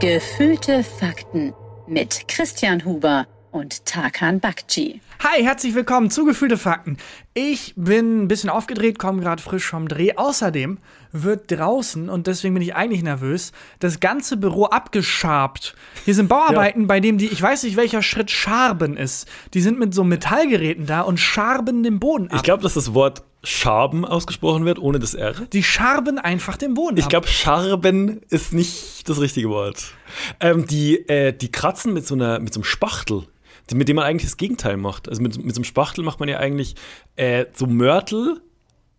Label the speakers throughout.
Speaker 1: Gefühlte Fakten mit Christian Huber und Tarkan Bakci.
Speaker 2: Hi, herzlich willkommen zu Gefühlte Fakten. Ich bin ein bisschen aufgedreht, komme gerade frisch vom Dreh. Außerdem wird draußen, und deswegen bin ich eigentlich nervös, das ganze Büro abgeschabt. Hier sind Bauarbeiten, bei dem die, ich weiß nicht welcher Schritt Scharben ist. Die sind mit so Metallgeräten da und scharben den Boden ab.
Speaker 3: Ich glaube, dass das Wort Schaben ausgesprochen wird, ohne das R.
Speaker 2: die scharben einfach den Boden
Speaker 3: Ich
Speaker 2: ab.
Speaker 3: glaube, Scharben ist nicht das richtige Wort. Ähm, die, äh, die kratzen mit so, einer, mit so einem Spachtel, die- mit dem man eigentlich das Gegenteil macht. Also mit, mit so einem Spachtel macht man ja eigentlich äh, so Mörtel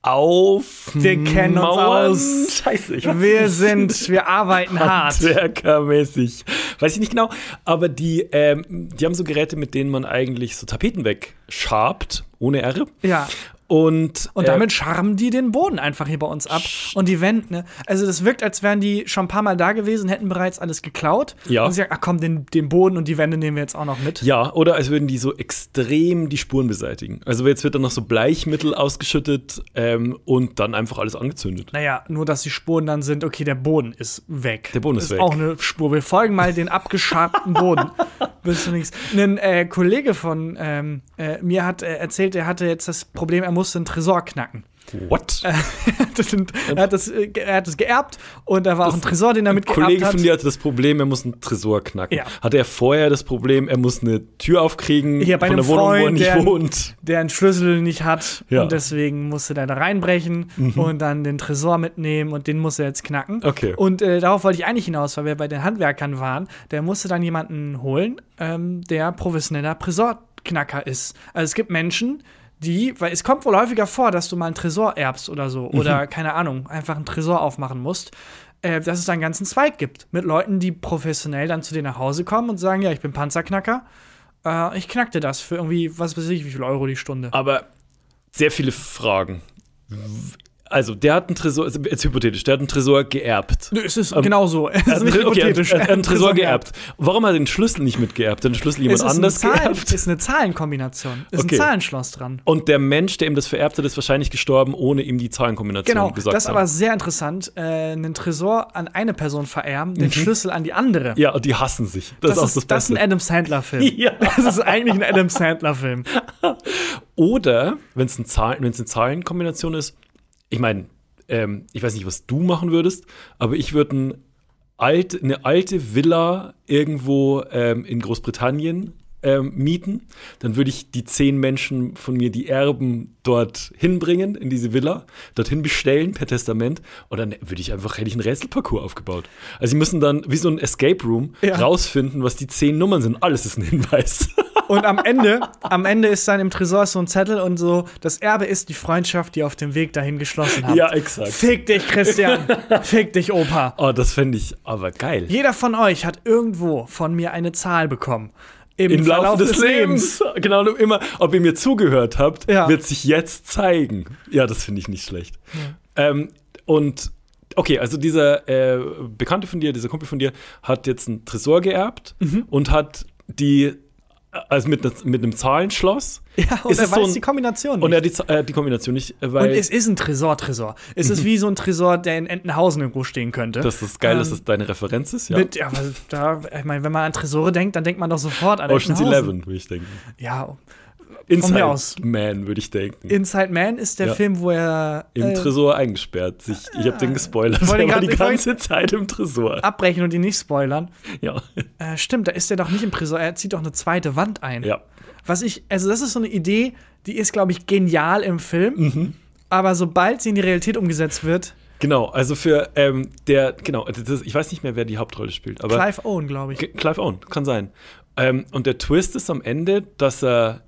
Speaker 3: auf
Speaker 2: Wir kennen uns
Speaker 3: Mauern.
Speaker 2: aus.
Speaker 3: Scheiße, ich
Speaker 2: wir sind, wir arbeiten hart.
Speaker 3: Handwerkermäßig. Weiß ich nicht genau. Aber die, ähm, die haben so Geräte, mit denen man eigentlich so Tapeten wegschabt, ohne R.
Speaker 2: Ja.
Speaker 3: Und,
Speaker 2: Und
Speaker 3: äh,
Speaker 2: damit scharben die den Boden einfach hier bei uns ab und die Wände. Ne? Also das wirkt, als wären die schon ein paar Mal da gewesen, hätten bereits alles geklaut.
Speaker 3: Ja.
Speaker 2: Und sie sagen, ach komm, den, den Boden und die Wände nehmen wir jetzt auch noch mit.
Speaker 3: Ja, oder als würden die so extrem die Spuren beseitigen. Also jetzt wird dann noch so Bleichmittel ausgeschüttet ähm, und dann einfach alles angezündet.
Speaker 2: Naja, nur dass die Spuren dann sind, okay, der Boden ist weg.
Speaker 3: Der Boden
Speaker 2: Das
Speaker 3: ist weg.
Speaker 2: Auch eine Spur. Wir folgen mal den abgeschabten Boden. Bis zu nichts. Ein äh, Kollege von ähm, äh, mir hat äh, erzählt, er hatte jetzt das Problem, er musste einen Tresor knacken.
Speaker 3: What?
Speaker 2: Äh, Das sind- er, hat das, äh, ge- er hat das geerbt und da war auch ein Tresor, den er
Speaker 3: Ein Kollege
Speaker 2: mitgeerbt hat.
Speaker 3: von dir hatte das Problem, er muss einen Tresor knacken.
Speaker 2: Ja.
Speaker 3: Hatte er vorher das Problem, er muss eine Tür aufkriegen
Speaker 2: Hier bei
Speaker 3: von
Speaker 2: einem
Speaker 3: der Wohnung, wo er
Speaker 2: Freund,
Speaker 3: nicht
Speaker 2: der-
Speaker 3: wohnt.
Speaker 2: der einen Schlüssel nicht hat
Speaker 3: Ja. Mhm.
Speaker 2: und deswegen musste der da reinbrechen und dann den Tresor mitnehmen und den musste er jetzt knacken.
Speaker 3: Okay.
Speaker 2: Und äh, darauf wollte ich eigentlich hinaus, weil wir bei den Handwerkern waren. Der musste dann jemanden holen, ähm, der professioneller Tresorknacker ist. Also es gibt Menschen, die, weil es kommt wohl häufiger vor, dass du mal einen Tresor erbst oder so oder
Speaker 3: Mhm.
Speaker 2: keine Ahnung, einfach einen Tresor aufmachen musst. Äh, dass es da einen ganzen Zweig gibt mit Leuten, die professionell dann zu dir nach Hause kommen und sagen, ja, ich bin Panzerknacker, äh, ich knackte das für irgendwie, was weiß ich, wie viel Euro die Stunde.
Speaker 3: Aber sehr viele Fragen. Also, der hat einen Tresor, also jetzt hypothetisch, der hat einen Tresor geerbt.
Speaker 2: Nö, es ist genau so. Es ist nicht
Speaker 3: Okay, er hat-
Speaker 2: hypothetisch.
Speaker 3: Er hat einen äh, Tresor geerbt. Warum hat er den Schlüssel nicht mitgeerbt? Hat Den Schlüssel
Speaker 2: Es
Speaker 3: jemand
Speaker 2: ist, eine
Speaker 3: anders
Speaker 2: Zahlen,
Speaker 3: geerbt?
Speaker 2: ist eine Zahlenkombination. Ist
Speaker 3: Okay.
Speaker 2: ein Zahlenschloss dran.
Speaker 3: Und der Mensch, der ihm das vererbt hat, ist wahrscheinlich gestorben, ohne ihm die Zahlenkombination
Speaker 2: Genau,
Speaker 3: gesagt ähm,
Speaker 2: das ist
Speaker 3: zu
Speaker 2: aber
Speaker 3: haben.
Speaker 2: sehr interessant. Äh, einen Tresor an eine Person vererben, den Schlüssel an die andere.
Speaker 3: Mhm. Ja, und die hassen sich. Das, ist auch das
Speaker 2: das ist
Speaker 3: Beste.
Speaker 2: ein Adam Sandler-Film.
Speaker 3: Ja.
Speaker 2: Das ist eigentlich ein Adam Sandler-Film.
Speaker 3: Oder, wenn es ein Zahlen, wenn's eine Zahlenkombination ist, ich meine, ähm, ich weiß nicht, was du machen würdest, aber ich würde ein alt, eine alte Villa irgendwo ähm, in Großbritannien ähm, mieten. Dann würde ich die zehn Menschen von mir, die Erben, dort hinbringen, in diese Villa, dorthin bestellen per Testament. Und dann würde ich einfach, hätte ich einen Rätselparcours aufgebaut. Also, sie müssen dann wie so ein Escape Room
Speaker 2: Ja.
Speaker 3: rausfinden, was die zehn Nummern sind. Alles ist ein Hinweis.
Speaker 2: Und am Ende, am Ende ist dann im Tresor so ein Zettel und so, das Erbe ist die Freundschaft, die ihr auf dem Weg dahin geschlossen habt.
Speaker 3: Ja, exakt.
Speaker 2: Fick dich, Christian. Fick dich, Opa.
Speaker 3: Oh, das fände ich aber geil.
Speaker 2: Jeder von euch hat irgendwo von mir eine Zahl bekommen. Im,
Speaker 3: Im Laufe des, Lebens. Genau, und immer, ob ihr mir zugehört habt,
Speaker 2: Ja.
Speaker 3: wird sich jetzt zeigen. Ja, das finde ich nicht schlecht. Ähm, und okay, also dieser äh, Bekannte von dir, dieser Kumpel von dir, hat jetzt einen Tresor geerbt
Speaker 2: Mhm.
Speaker 3: und hat die, also mit, ner- mit einem Zahlenschloss.
Speaker 2: Ja, und
Speaker 3: Ist
Speaker 2: er
Speaker 3: es
Speaker 2: weiß
Speaker 3: so ein-
Speaker 2: die Kombination nicht.
Speaker 3: Und er hat die, Z- äh, die Kombination nicht, äh,
Speaker 2: und
Speaker 3: weil
Speaker 2: es ist ein Tresor-Tresor. Es ist wie so ein Tresor, der in Entenhausen irgendwo stehen könnte.
Speaker 3: Mhm. das ist geil, dass das deine Referenz ist. Ja.
Speaker 2: Ähm, Mit, ja, aber da, ich meine, wenn man an Tresore denkt, dann denkt man doch sofort an
Speaker 3: Ocean's
Speaker 2: Entenhausen.
Speaker 3: Eleven, würde ich denken.
Speaker 2: Ja,
Speaker 3: Inside
Speaker 2: aus.
Speaker 3: Man, würde ich denken.
Speaker 2: Inside Man ist der
Speaker 3: Ja.
Speaker 2: Film, wo er
Speaker 3: Im
Speaker 2: äh,
Speaker 3: Tresor eingesperrt. Ich, ich habe den gespoilert.
Speaker 2: Wollte
Speaker 3: Der war
Speaker 2: grad-
Speaker 3: die
Speaker 2: Ah. ich wollte- Ah.
Speaker 3: ganze Zeit im Tresor.
Speaker 2: abbrechen und ihn nicht spoilern.
Speaker 3: Ja.
Speaker 2: Äh, stimmt, da ist er doch nicht im Tresor. Er zieht doch eine zweite Wand ein.
Speaker 3: Ja.
Speaker 2: Was ich, also das ist so eine Idee, die ist, glaube ich, genial im Film.
Speaker 3: Mhm.
Speaker 2: Aber sobald sie in die Realität umgesetzt wird,
Speaker 3: Genau, also für ähm, der, genau, das, ist- ich weiß nicht mehr, wer die Hauptrolle spielt, aber
Speaker 2: Clive Owen, glaube ich.
Speaker 3: G- Clive Owen, kann sein. Ähm, und der Twist ist am Ende, dass er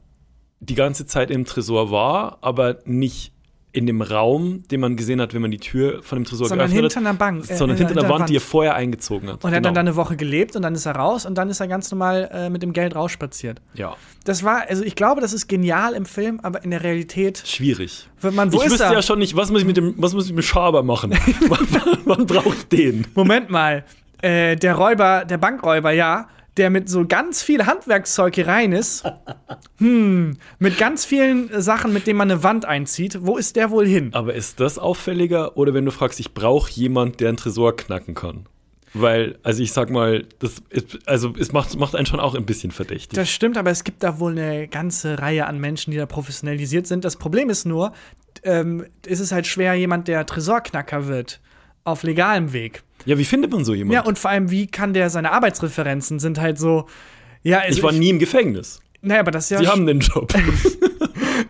Speaker 3: die ganze Zeit im Tresor war, aber nicht in dem Raum, den man gesehen hat, wenn man die Tür von dem Tresor
Speaker 2: Sondern
Speaker 3: geöffnet
Speaker 2: hinter einer Bank, äh,
Speaker 3: sondern
Speaker 2: äh,
Speaker 3: hinter einer Wand, die
Speaker 2: Wand.
Speaker 3: er vorher eingezogen hat. Genau.
Speaker 2: Und er hat dann da eine Woche gelebt und dann ist er raus und dann ist er ganz normal äh, mit dem Geld rausspaziert.
Speaker 3: ja,
Speaker 2: Das war, also ich glaube, das ist genial im Film, aber in der Realität
Speaker 3: schwierig.
Speaker 2: wird man, wo
Speaker 3: ich
Speaker 2: ist
Speaker 3: wüsste
Speaker 2: er?
Speaker 3: ja schon nicht, was muss ich mit dem, was muss ich mit dem Schaber machen? wann, wann brauche ich den?
Speaker 2: Moment mal, äh, der Räuber, der Bankräuber, ja, der mit so ganz viel Handwerkszeug hier rein ist, hm, mit ganz vielen äh, Sachen, mit denen man eine Wand einzieht, wo ist der wohl hin?
Speaker 3: Aber ist das auffälliger oder wenn du fragst, ich brauche jemand, der einen Tresor knacken kann? Weil, also ich sag mal, das ist, also es macht, macht einen schon auch ein bisschen verdächtig.
Speaker 2: Das stimmt, aber es gibt da wohl eine ganze Reihe an Menschen, die da professionalisiert sind. Das Problem ist nur, ähm, es ist halt schwer, jemand, der Tresorknacker wird, auf legalem Weg.
Speaker 3: ja, wie findet man so jemanden?
Speaker 2: Ja, und vor allem, wie kann der seine Arbeitsreferenzen sind halt so. Ja, also
Speaker 3: ich war nie im Gefängnis.
Speaker 2: Naja, aber das ist ja.
Speaker 3: Sie haben den Job.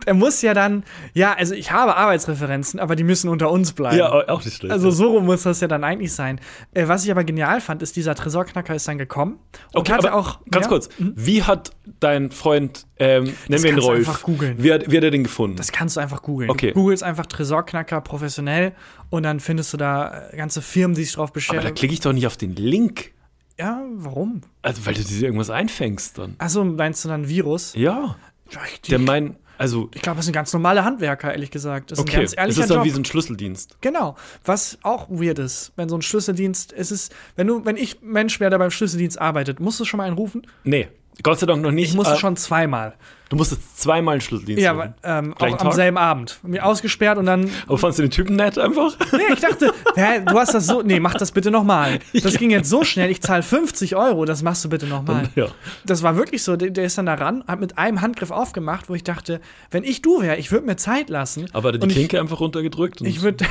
Speaker 2: er muss ja dann. Ja, also ich habe Arbeitsreferenzen, aber die müssen unter uns bleiben.
Speaker 3: ja, auch nicht schlecht.
Speaker 2: Also so rum muss das ja dann eigentlich sein. Äh, was ich aber genial fand, ist, dieser Tresorknacker ist dann gekommen und
Speaker 3: Okay,
Speaker 2: hatte
Speaker 3: aber
Speaker 2: auch
Speaker 3: ganz
Speaker 2: ja, mhm.
Speaker 3: kurz. Wie hat dein Freund, ähm, nennen wir ihn
Speaker 2: kannst du
Speaker 3: Rolf,
Speaker 2: einfach googeln.
Speaker 3: Wie, hat, wie hat er den gefunden?
Speaker 2: Das kannst du einfach googeln.
Speaker 3: Okay.
Speaker 2: Du googelst einfach Tresorknacker professionell und dann findest du da äh, ganze Firmen, die sich drauf
Speaker 3: aber da
Speaker 2: beschäftigen.
Speaker 3: klicke ich doch nicht auf den Link.
Speaker 2: Ja, warum?
Speaker 3: Also, weil du dir irgendwas einfängst dann.
Speaker 2: Achso, meinst du dann Virus?
Speaker 3: Ja.
Speaker 2: Ja, ich-
Speaker 3: Der mein, also,
Speaker 2: ich glaube, das sind ganz normale Handwerker, ehrlich gesagt. Das ist ein
Speaker 3: okay,
Speaker 2: ganz
Speaker 3: es ist
Speaker 2: ehrlicher
Speaker 3: dann
Speaker 2: Job.
Speaker 3: wie so ein Schlüsseldienst.
Speaker 2: Genau. Was auch weird ist, wenn so ein Schlüsseldienst, es ist, wenn du, wenn ich Mensch wäre, der beim Schlüsseldienst arbeitet, musst du schon mal einen rufen?
Speaker 3: Nee, Gott sei Dank noch nicht.
Speaker 2: Ich musste
Speaker 3: äh,
Speaker 2: schon zweimal.
Speaker 3: Du musstest zweimal einen Schlüsseldienst
Speaker 2: Ja, aber
Speaker 3: machen.
Speaker 2: ähm, auch
Speaker 3: Gleichen
Speaker 2: am
Speaker 3: Tag?
Speaker 2: selben Abend. Mir ausgesperrt und dann.
Speaker 3: Aber fandst du den Typen nett einfach?
Speaker 2: Nee, ich dachte, hä, du hast das so. Nee, mach das bitte nochmal. Das ging jetzt so schnell, ich zahle 50 Euro, das machst du bitte nochmal.
Speaker 3: Ja.
Speaker 2: Das war wirklich so, der, der ist dann da ran, hat mit einem Handgriff aufgemacht, wo ich dachte, wenn ich du wäre, ich würde mir Zeit lassen.
Speaker 3: Aber die
Speaker 2: Und ich-
Speaker 3: Klinke einfach runtergedrückt. Und
Speaker 2: Ich würde.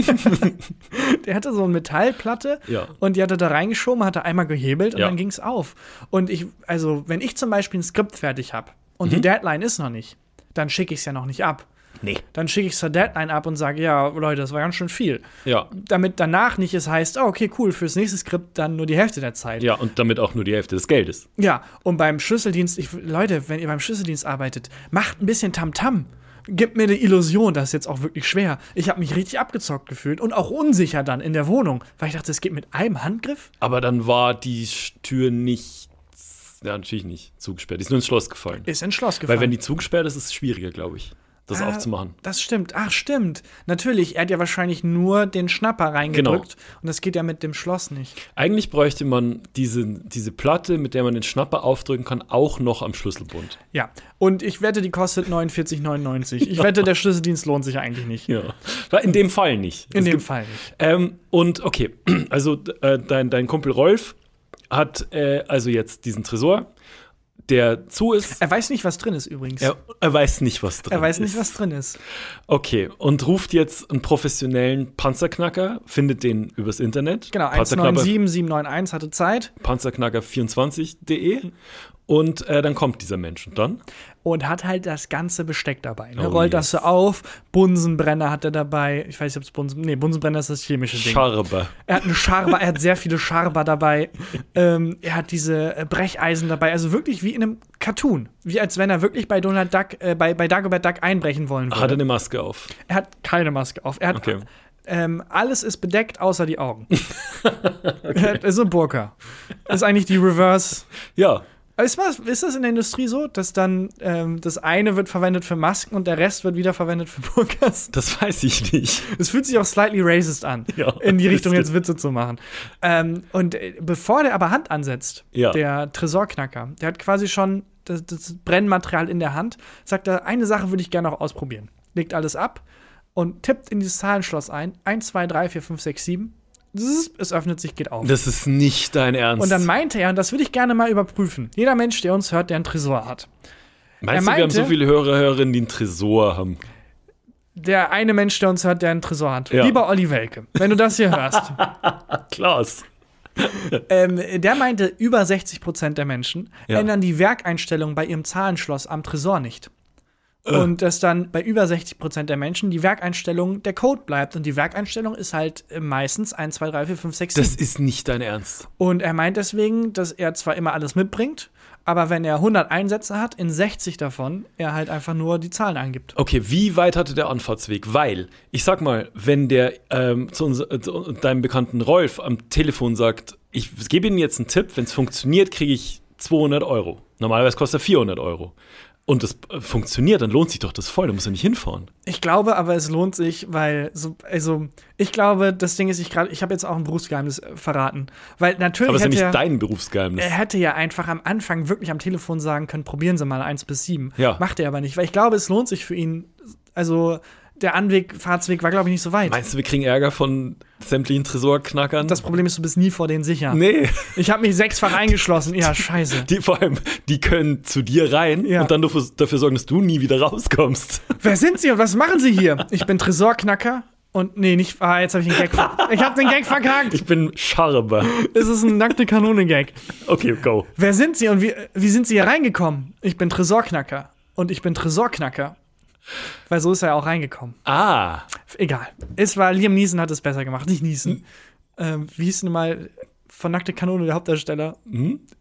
Speaker 2: der hatte so eine Metallplatte
Speaker 3: Ja.
Speaker 2: und die hat er da reingeschoben, hat er einmal gehebelt und
Speaker 3: Ja.
Speaker 2: dann ging es auf. Und ich, also, wenn ich zum Beispiel ein Skript fertig habe und die Deadline ist noch nicht, dann schicke ich es ja noch nicht ab.
Speaker 3: Mhm. nee.
Speaker 2: Dann schicke ich es zur Deadline ab und sage, ja, Leute, das war ganz schön viel.
Speaker 3: Ja.
Speaker 2: Damit danach nicht es heißt, oh, okay, cool, fürs nächste Skript dann nur die Hälfte der Zeit.
Speaker 3: ja, und damit auch nur die Hälfte des Geldes.
Speaker 2: Ja, und beim Schlüsseldienst, ich, Leute, wenn ihr beim Schlüsseldienst arbeitet, macht ein bisschen Tamtam. Gebt mir die Illusion, das ist jetzt auch wirklich schwer. Ich habe mich richtig abgezockt gefühlt und auch unsicher dann in der Wohnung, weil ich dachte, es geht mit einem Handgriff.
Speaker 3: Aber dann war die Tür nicht, ja, natürlich nicht zugesperrt. Die ist nur ins Schloss gefallen.
Speaker 2: Ist ins Schloss gefallen.
Speaker 3: Weil wenn die zugesperrt ist, ist es schwieriger, glaube ich, das
Speaker 2: Ah,
Speaker 3: aufzumachen.
Speaker 2: Das stimmt. Ach, stimmt. Natürlich, er hat ja wahrscheinlich nur den Schnapper reingedrückt
Speaker 3: Genau.
Speaker 2: und das geht ja mit dem Schloss nicht.
Speaker 3: Eigentlich bräuchte man diese, diese Platte, mit der man den Schnapper aufdrücken kann, auch noch am Schlüsselbund.
Speaker 2: Ja, und ich wette, die kostet 49,99. Ich wette, der Schlüsseldienst lohnt sich eigentlich nicht.
Speaker 3: Ja. Weil In dem Fall nicht.
Speaker 2: In
Speaker 3: Es
Speaker 2: dem
Speaker 3: gibt-
Speaker 2: Fall nicht.
Speaker 3: Ähm, und okay, also d- äh, dein, dein Kumpel Rolf hat äh, also jetzt diesen Tresor, der zu ist.
Speaker 2: Er weiß nicht, was drin ist übrigens.
Speaker 3: Er, er weiß nicht, was drin
Speaker 2: er weiß nicht,
Speaker 3: ist.
Speaker 2: was drin ist.
Speaker 3: Okay, und ruft jetzt einen professionellen Panzerknacker, findet den übers Internet.
Speaker 2: Genau,
Speaker 3: Panzerknacker-
Speaker 2: 197791 hatte Zeit Mhm.
Speaker 3: Panzerknacker24.de. Und äh, dann kommt dieser Mensch. Und dann?
Speaker 2: und hat halt das ganze Besteck dabei. Ne?
Speaker 3: Oh,
Speaker 2: Rollt
Speaker 3: yes.
Speaker 2: das so auf, Bunsenbrenner hat er dabei. Ich weiß nicht, ob es Bunsen, nee, Bunsenbrenner ist das chemische Ding.
Speaker 3: Scharber.
Speaker 2: er hat einen Scharber, er hat sehr viele Scharber dabei. ähm, er hat diese äh, Brecheisen dabei. Also wirklich wie in einem Cartoon. Wie als wenn er wirklich bei Donald Duck, äh, bei, bei Dagobert Duck einbrechen wollen
Speaker 3: Hat er
Speaker 2: würde.
Speaker 3: eine Maske auf?
Speaker 2: Er hat keine Maske auf. Er hat,
Speaker 3: Okay.
Speaker 2: ähm, alles ist bedeckt, außer die Augen. Er hat so eine Burka. Das ist eigentlich die Reverse
Speaker 3: Ja.
Speaker 2: Aber Ist, was, ist das in der Industrie so, dass dann ähm, das eine wird verwendet für Masken und der Rest wird wieder verwendet für Burkas?
Speaker 3: Das weiß ich nicht.
Speaker 2: Es fühlt sich auch slightly racist an,
Speaker 3: Ja,
Speaker 2: in die Richtung
Speaker 3: bisschen.
Speaker 2: jetzt Witze zu machen. Ähm, und äh, bevor der aber Hand ansetzt,
Speaker 3: Ja.
Speaker 2: der Tresorknacker, der hat quasi schon das, das Brennmaterial in der Hand, sagt er, eine Sache würde ich gerne noch ausprobieren. Legt alles ab und tippt in dieses Zahlenschloss ein. 1, 2, 3, 4, 5, 6, 7. Zzz, Es öffnet sich, geht auf.
Speaker 3: Das ist nicht dein Ernst.
Speaker 2: Und dann meinte er, und das würde ich gerne mal überprüfen. Jeder Mensch, der uns hört, der einen Tresor hat. er
Speaker 3: Meinst du, wir haben
Speaker 2: meinte-
Speaker 3: so viele Hörer, Hörerinnen, die einen Tresor haben?
Speaker 2: Der eine Mensch, der uns hört, der einen Tresor hat.
Speaker 3: Ja.
Speaker 2: Lieber Olli Welke, wenn du das hier hörst.
Speaker 3: Klaas.
Speaker 2: ähm, der meinte, über 60 Prozent der Menschen
Speaker 3: Ja.
Speaker 2: ändern die Werkeinstellung bei ihrem Zahlenschloss am Tresor nicht.
Speaker 3: Äh.
Speaker 2: Und dass dann bei über 60 Prozent der Menschen die Werkeinstellung der Code bleibt. Und die Werkeinstellung ist halt äh, meistens 1, 2, 3, 4, 5, 6, 7.
Speaker 3: Das ist nicht dein Ernst.
Speaker 2: Und er meint deswegen, dass er zwar immer alles mitbringt, aber wenn er 100 Einsätze hat, in 60 davon er halt einfach nur die Zahlen eingibt.
Speaker 3: Okay, wie weit hatte der Anfahrtsweg? Weil, ich sag mal, wenn der ähm, zu, uns, äh, zu deinem bekannten Rolf am Telefon sagt, ich gebe Ihnen jetzt einen Tipp, wenn es funktioniert, kriege ich 200 Euro. Normalerweise kostet er 400 Euro. Und das äh, funktioniert, dann lohnt sich doch das voll, da muss er nicht hinfahren.
Speaker 2: Ich glaube aber, es lohnt sich, weil so, also ich glaube, das Ding ist, ich gerade, ich habe jetzt auch ein Berufsgeheimnis äh, verraten. Weil natürlich
Speaker 3: Aber das ist
Speaker 2: hätte Äh.
Speaker 3: ja nicht
Speaker 2: er,
Speaker 3: dein Berufsgeheimnis.
Speaker 2: er hätte ja einfach am Anfang wirklich am Telefon sagen können, probieren Sie mal 1 bis 7.
Speaker 3: Ja.
Speaker 2: Macht er aber nicht, weil ich glaube, es lohnt sich für ihn, also der Anweg, Fahrtsweg war, glaube ich, nicht so weit.
Speaker 3: Meinst du, wir kriegen Ärger von sämtlichen Tresorknackern?
Speaker 2: das Problem ist, du bist nie vor denen sicher.
Speaker 3: nee.
Speaker 2: Ich habe mich sechsfach eingeschlossen. Ja, scheiße.
Speaker 3: Die, vor allem, die können zu dir rein
Speaker 2: Ja.
Speaker 3: und dann dafür, dafür sorgen, dass du nie wieder rauskommst.
Speaker 2: Wer sind Sie und was machen Sie hier? Ich bin Tresorknacker und nee, nicht. Ah, jetzt habe ich den Gag. ver- Ich habe den Gag verkackt.
Speaker 3: Ich bin Scharber.
Speaker 2: Es ist ein nackte Kanone-Gag.
Speaker 3: Okay, go.
Speaker 2: Wer sind Sie und wie, wie sind Sie hier reingekommen? Ich bin Tresorknacker und ich bin Tresorknacker. Weil so ist er ja auch reingekommen.
Speaker 3: Ah,
Speaker 2: Egal. Es war Liam Neeson hat es besser gemacht, nicht Neeson. Ähm, wie hieß denn mal von Nackte Kanone der Hauptdarsteller?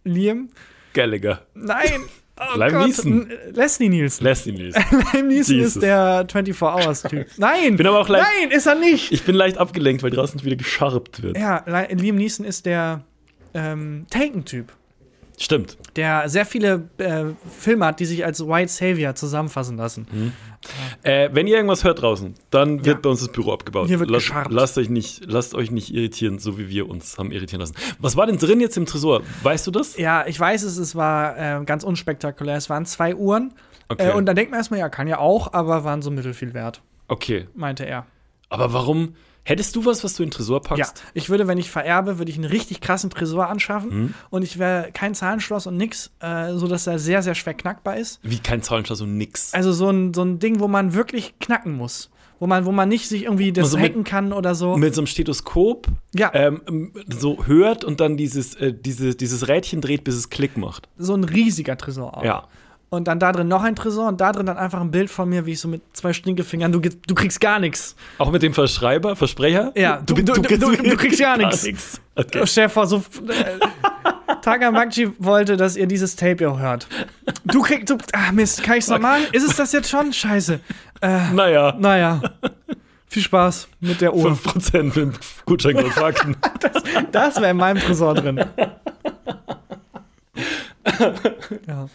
Speaker 2: Liam?
Speaker 3: Gallagher.
Speaker 2: Nein! Oh
Speaker 3: Hm? Liam Neeson.
Speaker 2: N- Leslie Nielsen.
Speaker 3: Lass ihn nicht.
Speaker 2: Liam Neeson
Speaker 3: Jesus.
Speaker 2: ist der 24-Hours-Typ. Nein!
Speaker 3: Bin aber auch leicht-
Speaker 2: Nein, ist er nicht!
Speaker 3: Ich bin leicht abgelenkt, weil draußen wieder gescharbt wird.
Speaker 2: ja, Li- Liam Neeson ist der ähm, Taken-Typ,
Speaker 3: Stimmt.
Speaker 2: der sehr viele äh, Filme hat, die sich als White Savior zusammenfassen
Speaker 3: Mhm.
Speaker 2: lassen.
Speaker 3: Äh, wenn ihr irgendwas hört draußen, dann wird
Speaker 2: Ja.
Speaker 3: bei uns das Büro abgebaut.
Speaker 2: Hier wird
Speaker 3: lasst,
Speaker 2: gescharrt.
Speaker 3: lasst, euch nicht, lasst euch nicht irritieren, so wie wir uns haben irritieren lassen. Was war denn drin jetzt im Tresor? Weißt du das?
Speaker 2: Ja, ich weiß es, es war äh, ganz unspektakulär. Es waren zwei Uhren.
Speaker 3: Okay.
Speaker 2: Äh, und dann denkt man erstmal, ja, kann ja auch, aber waren so mittel viel wert,
Speaker 3: Okay.
Speaker 2: meinte er.
Speaker 3: Aber warum? Hättest du was, was du in den Tresor
Speaker 2: Ja,
Speaker 3: packst?
Speaker 2: ich würde, wenn ich vererbe, würde ich einen richtig krassen Tresor anschaffen
Speaker 3: Mhm.
Speaker 2: und ich wäre kein Zahlenschloss und nix, äh, sodass er sehr, sehr schwer knackbar ist.
Speaker 3: Wie kein Zahlenschloss und nix.
Speaker 2: Also so ein, so ein Ding, wo man wirklich knacken muss. Wo man, wo man nicht sich irgendwie das
Speaker 3: Also mit-
Speaker 2: hacken kann oder so.
Speaker 3: mit so einem Stethoskop
Speaker 2: Ja.
Speaker 3: ähm, so hört und dann dieses, äh, diese, dieses Rädchen dreht, bis es Klick macht.
Speaker 2: so ein riesiger Tresor auch.
Speaker 3: Ja.
Speaker 2: Und dann da drin noch ein Tresor und da drin dann einfach ein Bild von mir, wie ich so mit zwei Stinkefingern, du, ge- du kriegst gar nichts.
Speaker 3: Auch mit dem Verschreiber, Versprecher?
Speaker 2: Ja, du, du, du, du, du, kriegst ja nichts.
Speaker 3: Okay.
Speaker 2: Oh, Stell dir vor, so. Äh, Tagamakji wollte, dass ihr dieses Tape hier hört. Du kriegst. Du, ah, Mist, kann ich's nochmal? Ist es das jetzt schon? Scheiße.
Speaker 3: Naja,
Speaker 2: Naja. Viel Spaß mit der Uhr.
Speaker 3: 5% mit Gutscheincode Fakten.
Speaker 2: Das wäre in meinem Tresor drin. Ja.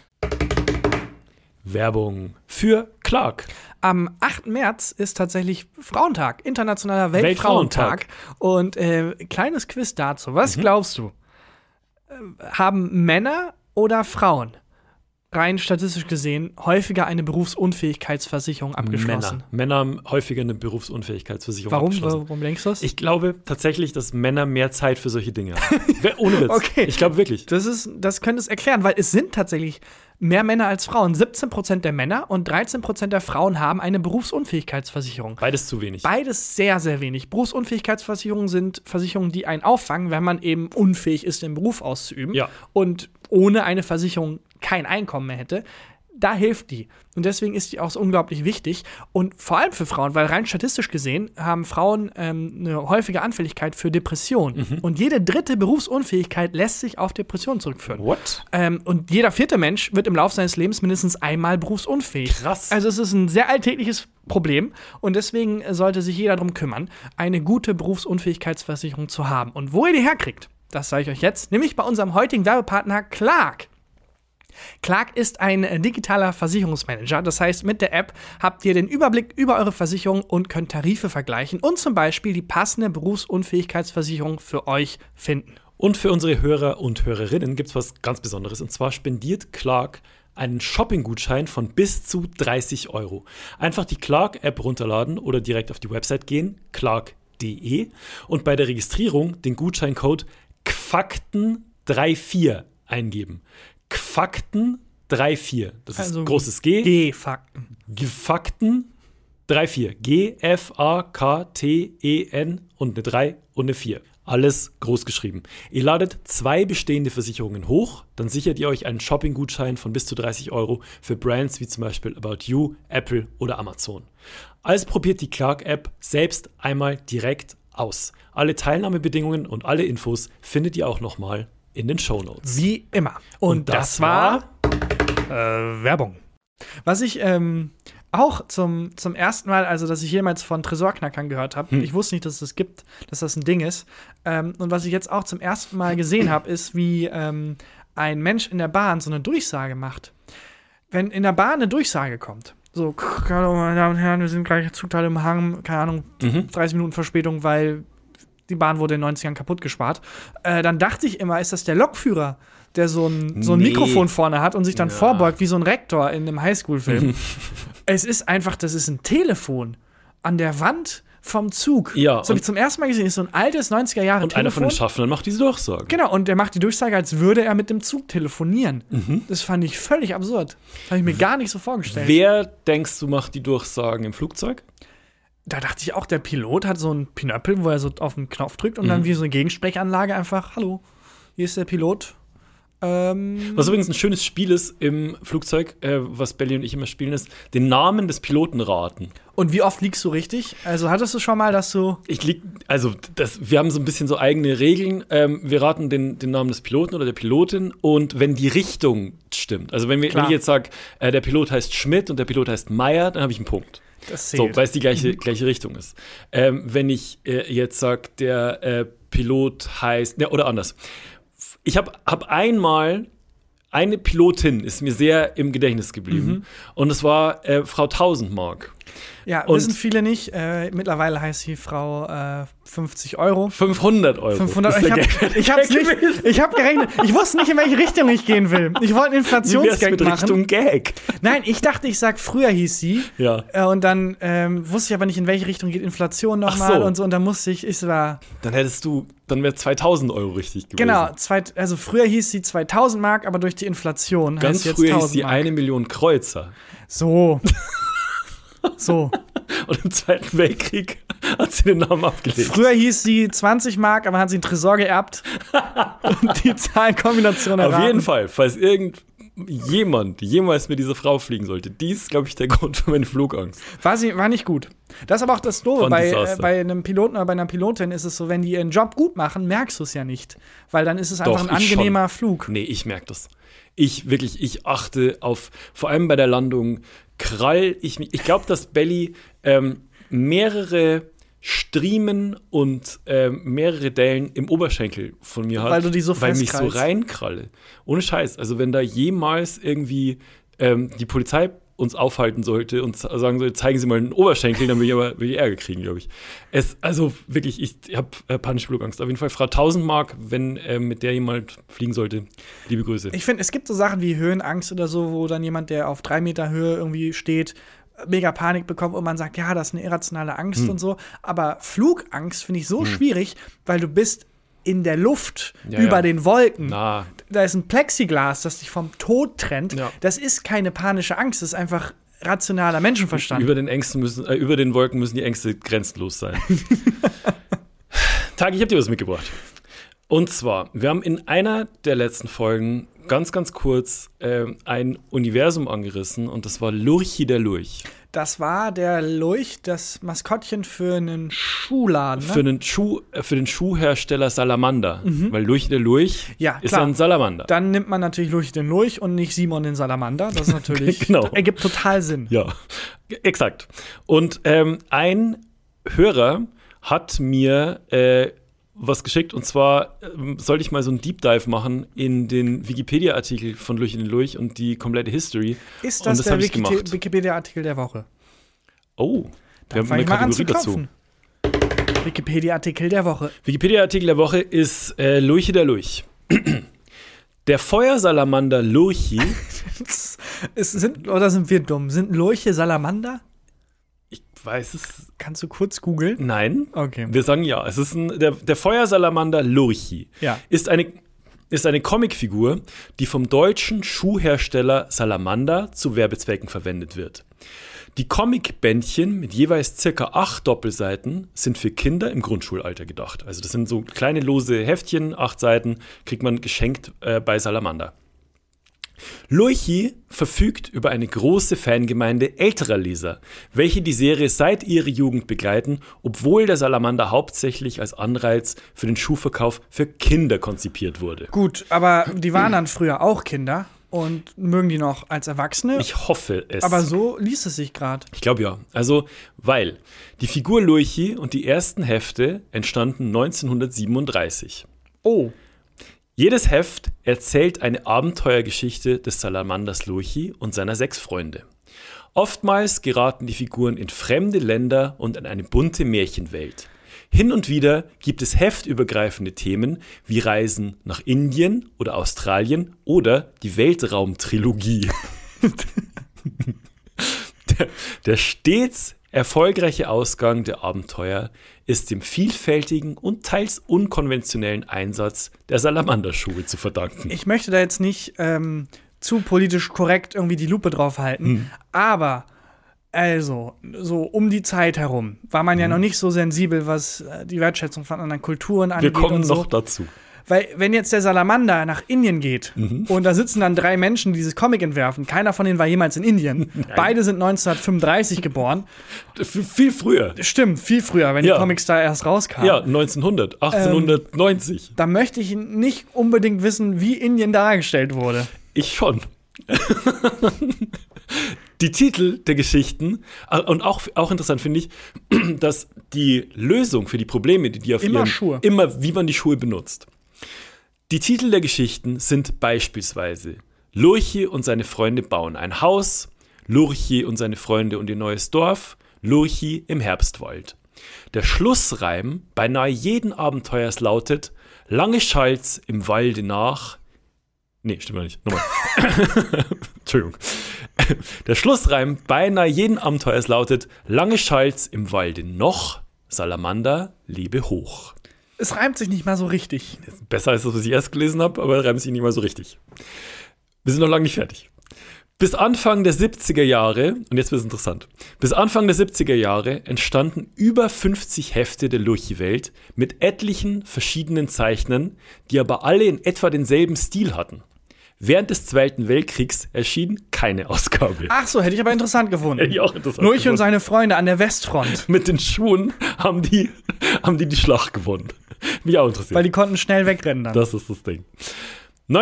Speaker 3: Werbung für Clark.
Speaker 2: Am 8. März ist tatsächlich Frauentag, internationaler Weltfrauentag. Und äh, kleines Quiz dazu. Was
Speaker 3: Mhm.
Speaker 2: glaubst du? äh, Haben Männer oder Frauen rein statistisch gesehen häufiger eine Berufsunfähigkeitsversicherung abgeschlossen?
Speaker 3: Männer. Männer haben häufiger eine Berufsunfähigkeitsversicherung
Speaker 2: Warum?
Speaker 3: abgeschlossen.
Speaker 2: Warum denkst du das?
Speaker 3: Ich glaube tatsächlich, dass Männer mehr Zeit für solche Dinge haben. Wer- Ohne Witz.
Speaker 2: Okay.
Speaker 3: Ich glaube wirklich.
Speaker 2: das, ist, das könnte es erklären, weil es sind tatsächlich mehr Männer als Frauen. 17% der Männer und 13% der Frauen haben eine Berufsunfähigkeitsversicherung.
Speaker 3: Beides zu wenig.
Speaker 2: Beides sehr, sehr wenig. Berufsunfähigkeitsversicherungen sind Versicherungen, die einen auffangen, wenn man eben unfähig ist, den Beruf auszuüben
Speaker 3: Ja.
Speaker 2: und ohne eine Versicherung kein Einkommen mehr hätte. Da hilft die. Und deswegen ist die auch so unglaublich wichtig. Und vor allem für Frauen, weil rein statistisch gesehen haben Frauen ähm, eine häufige Anfälligkeit für Depressionen.
Speaker 3: Mhm.
Speaker 2: Und jede dritte Berufsunfähigkeit lässt sich auf Depressionen zurückführen.
Speaker 3: What?
Speaker 2: Ähm, und jeder vierte Mensch wird im Laufe seines Lebens mindestens einmal berufsunfähig.
Speaker 3: Krass.
Speaker 2: Also es ist ein sehr alltägliches Problem und deswegen äh, sollte sich jeder darum kümmern, eine gute Berufsunfähigkeitsversicherung zu haben. Und wo ihr die herkriegt, das sage ich euch jetzt, nämlich bei unserem heutigen Werbepartner Clark. Clark ist ein äh, digitaler Versicherungsmanager. Das heißt, mit der App habt ihr den Überblick über eure Versicherung und könnt Tarife vergleichen und zum Beispiel die passende Berufsunfähigkeitsversicherung für euch finden.
Speaker 3: Und für unsere Hörer und Hörerinnen gibt es was ganz Besonderes. Und zwar spendiert Clark einen Shopping-Gutschein von bis zu 30 Euro. Einfach die Clark-App runterladen oder direkt auf die Website gehen, clark.de, und bei der Registrierung den Gutscheincode QFAKTEN34 eingeben. QFAKTEN34. Das ist
Speaker 2: Also
Speaker 3: großes G.
Speaker 2: G-Fakten.
Speaker 3: Gefakten 3-4. G-F-A-K-T-E-N E und eine 3 und eine 4. Alles groß geschrieben. Ihr ladet zwei bestehende Versicherungen hoch, dann sichert ihr euch einen Shopping-Gutschein von bis zu 30 Euro für Brands wie zum Beispiel About You, Apple oder Amazon. Also probiert die Clark-App selbst einmal direkt aus. Alle Teilnahmebedingungen und alle Infos findet ihr auch nochmal in den Shownotes.
Speaker 2: Wie immer. Und, das, war äh, Werbung. Was ich ähm, auch zum, zum ersten Mal, also dass ich jemals von Tresorknackern gehört habe, ich wusste nicht, dass es das gibt, dass das ein Ding ist. Ähm, und was ich jetzt auch zum ersten Mal gesehen habe, ist, wie ähm, ein Mensch in der Bahn so eine Durchsage macht. Wenn in der Bahn eine Durchsage kommt, so, hallo meine Damen und Herren, wir sind gleich Zugteil im Hang, keine Ahnung,
Speaker 3: Mhm.
Speaker 2: 30 Minuten Verspätung, weil die Bahn wurde in den 90ern kaputt gespart. Äh, dann dachte ich immer, ist das der Lokführer, der so ein, so ein
Speaker 3: Nee.
Speaker 2: Mikrofon vorne hat und sich dann
Speaker 3: Ja.
Speaker 2: vorbeugt wie so ein Rektor in einem Highschool-Film. es ist einfach, das ist ein Telefon. an der Wand vom Zug.
Speaker 3: Ja,
Speaker 2: Das habe ich
Speaker 3: und-
Speaker 2: zum ersten Mal gesehen. Das ist so ein altes 90er Jahre
Speaker 3: Und einer von den
Speaker 2: Telefon.
Speaker 3: Schaffnern macht diese Durchsage.
Speaker 2: Genau, und der macht die Durchsage, als würde er mit dem Zug telefonieren.
Speaker 3: Mhm.
Speaker 2: Das fand ich völlig absurd. Das habe ich mir gar nicht so vorgestellt.
Speaker 3: Wer denkst du macht die Durchsagen im Flugzeug?
Speaker 2: da dachte ich auch, der Pilot hat so einen Pinöppel, wo er so auf den Knopf drückt und
Speaker 3: Mhm.
Speaker 2: dann wie so eine Gegensprechanlage einfach, hallo, hier ist der Pilot. Ähm,
Speaker 3: Was übrigens ein schönes Spiel ist im Flugzeug, äh, was Belly und ich immer spielen, ist den Namen des Piloten raten.
Speaker 2: und wie oft liegst du richtig? Also hattest du schon mal, dass du
Speaker 3: Ich lieg, also das, wir haben so ein bisschen so eigene Regeln. Ähm, wir raten den, den Namen des Piloten oder der Pilotin und wenn die Richtung stimmt. Also wenn, wir, wenn
Speaker 2: Klar.
Speaker 3: ich jetzt sage, äh, der Pilot heißt Schmidt und der Pilot heißt Meier, dann habe ich einen Punkt.
Speaker 2: das
Speaker 3: So,
Speaker 2: zählt?
Speaker 3: weil es die
Speaker 2: Mhm.
Speaker 3: gleiche, gleiche Richtung ist. Ähm, wenn ich äh, jetzt sage, der äh, Pilot heißt, ne, oder anders. Ich habe hab einmal, eine Pilotin ist mir sehr im Gedächtnis geblieben.
Speaker 2: Mhm.
Speaker 3: Und es war äh, Frau Tausendmark.
Speaker 2: ja,
Speaker 3: und-
Speaker 2: wissen viele nicht. Äh, mittlerweile heißt die Frau äh, 50 Euro.
Speaker 3: 500 Euro.
Speaker 2: 500
Speaker 3: Das
Speaker 2: Euro.
Speaker 3: ist der
Speaker 2: Ich
Speaker 3: Gag.
Speaker 2: hab, ich hab's nicht, ich hab gerechnet. Ich wusste nicht, in welche Richtung ich gehen will. Ich wollte einen
Speaker 3: Wie wär's mit
Speaker 2: Inflationsgag machen.
Speaker 3: Richtung Gag?
Speaker 2: Nein, ich dachte, ich sag, früher hieß sie.
Speaker 3: Ja.
Speaker 2: Äh, und dann ähm, wusste ich aber nicht, in welche Richtung geht Inflation
Speaker 3: Ach
Speaker 2: nochmal
Speaker 3: so.
Speaker 2: und so. Und dann musste ich, es war,
Speaker 3: Dann hättest du, dann wäre 2000 Euro richtig gewesen.
Speaker 2: genau, zweit, also früher hieß sie 2000 Mark, aber durch die Inflation
Speaker 3: Ganz
Speaker 2: heißt jetzt
Speaker 3: früher
Speaker 2: 1000
Speaker 3: hieß sie
Speaker 2: Mark.
Speaker 3: eine Million Kreuzer.
Speaker 2: So. so.
Speaker 3: Und im Zweiten Weltkrieg hat sie den Namen abgelegt.
Speaker 2: Früher hieß sie 20 Mark, aber hat sie einen Tresor geerbt. und die Zahlenkombination
Speaker 3: Auf
Speaker 2: erraten.
Speaker 3: jeden Fall, falls irgendjemand jemals mit dieser Frau fliegen sollte, dies ist, glaube ich, der Grund für meine Flugangst.
Speaker 2: War, sie, war nicht gut. Das ist aber auch das Doofe.
Speaker 3: Von
Speaker 2: Bei, äh,
Speaker 3: Desaster.
Speaker 2: bei einem Piloten oder bei einer Pilotin ist es so, wenn die ihren Job gut machen, merkst du es ja nicht. Weil dann ist es einfach
Speaker 3: Doch,
Speaker 2: ein
Speaker 3: ich schon.
Speaker 2: angenehmer Flug.
Speaker 3: Nee, ich merke das. Ich wirklich, ich achte auf, vor allem bei der Landung, krall ich mich. Ich glaube, dass Belly ähm, mehrere Striemen und ähm, mehrere Dellen im Oberschenkel von mir hat.
Speaker 2: Weil du die so
Speaker 3: Weil mich so
Speaker 2: festkrallst.
Speaker 3: reinkralle. Ohne Scheiß. Also, wenn da jemals irgendwie ähm, die Polizei uns aufhalten sollte und z- sagen sollte, zeigen Sie mal einen Oberschenkel, dann will ich aber will ich Ärger kriegen, glaube ich. Es, also wirklich, ich habe äh, panische Flugangst. Auf jeden Fall Frau Tausendmark, wenn äh, mit der jemand fliegen sollte. Liebe Grüße.
Speaker 2: Ich finde, es gibt so Sachen wie Höhenangst oder so, wo dann jemand, der auf drei Meter Höhe irgendwie steht, mega Panik bekommt und man sagt, ja, das ist eine irrationale Angst
Speaker 3: Hm.
Speaker 2: und so. Aber Flugangst finde ich so schwierig, weil du bist in der Luft,
Speaker 3: Ja,
Speaker 2: über
Speaker 3: ja.
Speaker 2: den Wolken.
Speaker 3: Na,
Speaker 2: da ist ein Plexiglas, das dich vom Tod trennt.
Speaker 3: Ja.
Speaker 2: Das ist keine panische Angst, das ist einfach rationaler Menschenverstand.
Speaker 3: über den Ängsten müssen, äh, über den Wolken müssen die Ängste grenzenlos sein. Tag, ich habe dir was mitgebracht. Und zwar, wir haben in einer der letzten Folgen ganz, ganz kurz ähm, ein Universum angerissen und das war Lurchi der Lurch.
Speaker 2: Das war der Lurch, das Maskottchen für einen Schuhladen. Ne?
Speaker 3: Für, den Schuh, äh, für den Schuhhersteller Salamander. Weil Lurchi der Lurch
Speaker 2: Mhm. Ja,
Speaker 3: ist
Speaker 2: klar.
Speaker 3: ein Salamander.
Speaker 2: Dann nimmt man natürlich Lurch den Lurch und nicht Simon den Salamander. Das ist natürlich
Speaker 3: Genau.
Speaker 2: das ergibt total Sinn.
Speaker 3: Ja, exakt. Und ähm, ein Hörer hat mir äh, was geschickt und zwar ähm, sollte ich mal so einen Deep Dive machen in den Wikipedia-Artikel von Lurch in den Lurch und die komplette History.
Speaker 2: Ist
Speaker 3: und
Speaker 2: das,
Speaker 3: das
Speaker 2: der
Speaker 3: habe ich
Speaker 2: Wiki-
Speaker 3: gemacht.
Speaker 2: Wikipedia-Artikel der Woche?
Speaker 3: Oh, wir haben
Speaker 2: Fang
Speaker 3: eine
Speaker 2: ich mal an
Speaker 3: Kategorie
Speaker 2: zu
Speaker 3: dazu.
Speaker 2: klopfen. Wikipedia-Artikel der Woche.
Speaker 3: Wikipedia-Artikel der Woche ist äh, Lurche der Lurch. Der Feuersalamander Lurchi,
Speaker 2: Es sind, oder sind wir dumm? Sind Lurche Salamander?
Speaker 3: ich weiß es,
Speaker 2: Kannst du kurz googeln?
Speaker 3: nein,
Speaker 2: Okay.
Speaker 3: Wir sagen ja, es ist ein, der, der Feuersalamander Lurchi.
Speaker 2: Ja.
Speaker 3: Ist eine, ist eine Comicfigur, die vom deutschen Schuhhersteller Salamander zu Werbezwecken verwendet wird. Die Comicbändchen mit jeweils circa acht Doppelseiten sind für Kinder im Grundschulalter gedacht. Also das sind so kleine lose Heftchen, acht Seiten, kriegt man geschenkt äh, bei Salamander. Lurchi verfügt über eine große Fangemeinde älterer Leser, welche die Serie seit ihrer Jugend begleiten, obwohl der Salamander hauptsächlich als Anreiz für den Schuhverkauf für Kinder konzipiert wurde.
Speaker 2: Gut, aber die waren dann früher auch Kinder und mögen die noch als Erwachsene.
Speaker 3: Ich hoffe es.
Speaker 2: aber so liest es sich gerade.
Speaker 3: Ich glaube ja. Also, weil die Figur Lurchi und die ersten Hefte entstanden 1937.
Speaker 2: Oh.
Speaker 3: Jedes Heft erzählt eine Abenteuergeschichte des Salamanders Lurchi und seiner sechs Freunde. Oftmals geraten die Figuren in fremde Länder und in eine bunte Märchenwelt. Hin und wieder gibt es heftübergreifende Themen wie Reisen nach Indien oder Australien oder die Weltraumtrilogie. der, der stets Erfolgreicher Ausgang der Abenteuer ist dem vielfältigen und teils unkonventionellen Einsatz der Salamanderschuhe zu verdanken.
Speaker 2: Ich möchte da jetzt nicht ähm, zu politisch korrekt irgendwie die Lupe drauf halten,
Speaker 3: Hm.
Speaker 2: aber also, so um die Zeit herum war man ja
Speaker 3: Hm.
Speaker 2: noch nicht so sensibel, was äh, die Wertschätzung von anderen Kulturen angeht.
Speaker 3: Wir kommen
Speaker 2: und so.
Speaker 3: noch dazu.
Speaker 2: Weil, wenn jetzt der Salamander nach Indien geht
Speaker 3: Mhm.
Speaker 2: und da sitzen dann drei Menschen, die dieses Comic entwerfen, keiner von denen war jemals in Indien. Beide sind 1935 geboren.
Speaker 3: F viel früher.
Speaker 2: Stimmt, viel früher, wenn
Speaker 3: Ja.
Speaker 2: die Comics da erst rauskamen.
Speaker 3: Ja, 1900, 1890.
Speaker 2: Da möchte ich nicht unbedingt wissen, wie Indien dargestellt wurde.
Speaker 3: Ich schon. die Titel der Geschichten äh, und auch, auch interessant finde ich, dass die Lösung für die Probleme, die die auf
Speaker 2: Immer
Speaker 3: ihren,
Speaker 2: Schuhe.
Speaker 3: immer wie man die Schuhe benutzt. Die Titel der Geschichten sind beispielsweise Lurche und seine Freunde bauen ein Haus, Lurche und seine Freunde und ihr neues Dorf, Lurchi im Herbstwald. Der Schlussreim beinahe jeden Abenteuers lautet Lange Schalz im Walde nach. Nee, stimmt noch nicht. Nochmal. Entschuldigung. Der Schlussreim beinahe jeden Abenteuers lautet Lange Schalz im Walde noch, Salamander lebe hoch.
Speaker 2: Es reimt sich nicht mal so richtig.
Speaker 3: Besser als das, was ich erst gelesen habe, aber reimt sich nicht mal so richtig. Wir sind noch lange nicht fertig. Bis Anfang der 70er Jahre, und jetzt wird es interessant, bis Anfang der 70er Jahre entstanden über 50 Hefte der Lurchi-Welt mit etlichen verschiedenen Zeichnern, die aber alle in etwa denselben Stil hatten. Während des Zweiten Weltkriegs erschien keine Ausgabe.
Speaker 2: Ach so, hätte ich aber interessant gefunden.
Speaker 3: Hätte ich auch interessant
Speaker 2: Ah. Nur ich
Speaker 3: gefunden.
Speaker 2: und seine Freunde an der Westfront,
Speaker 3: Mit den Schuhen haben die, haben die die Schlacht gewonnen. Mich auch interessiert.
Speaker 2: weil die konnten schnell wegrennen dann.
Speaker 3: Das ist das Ding.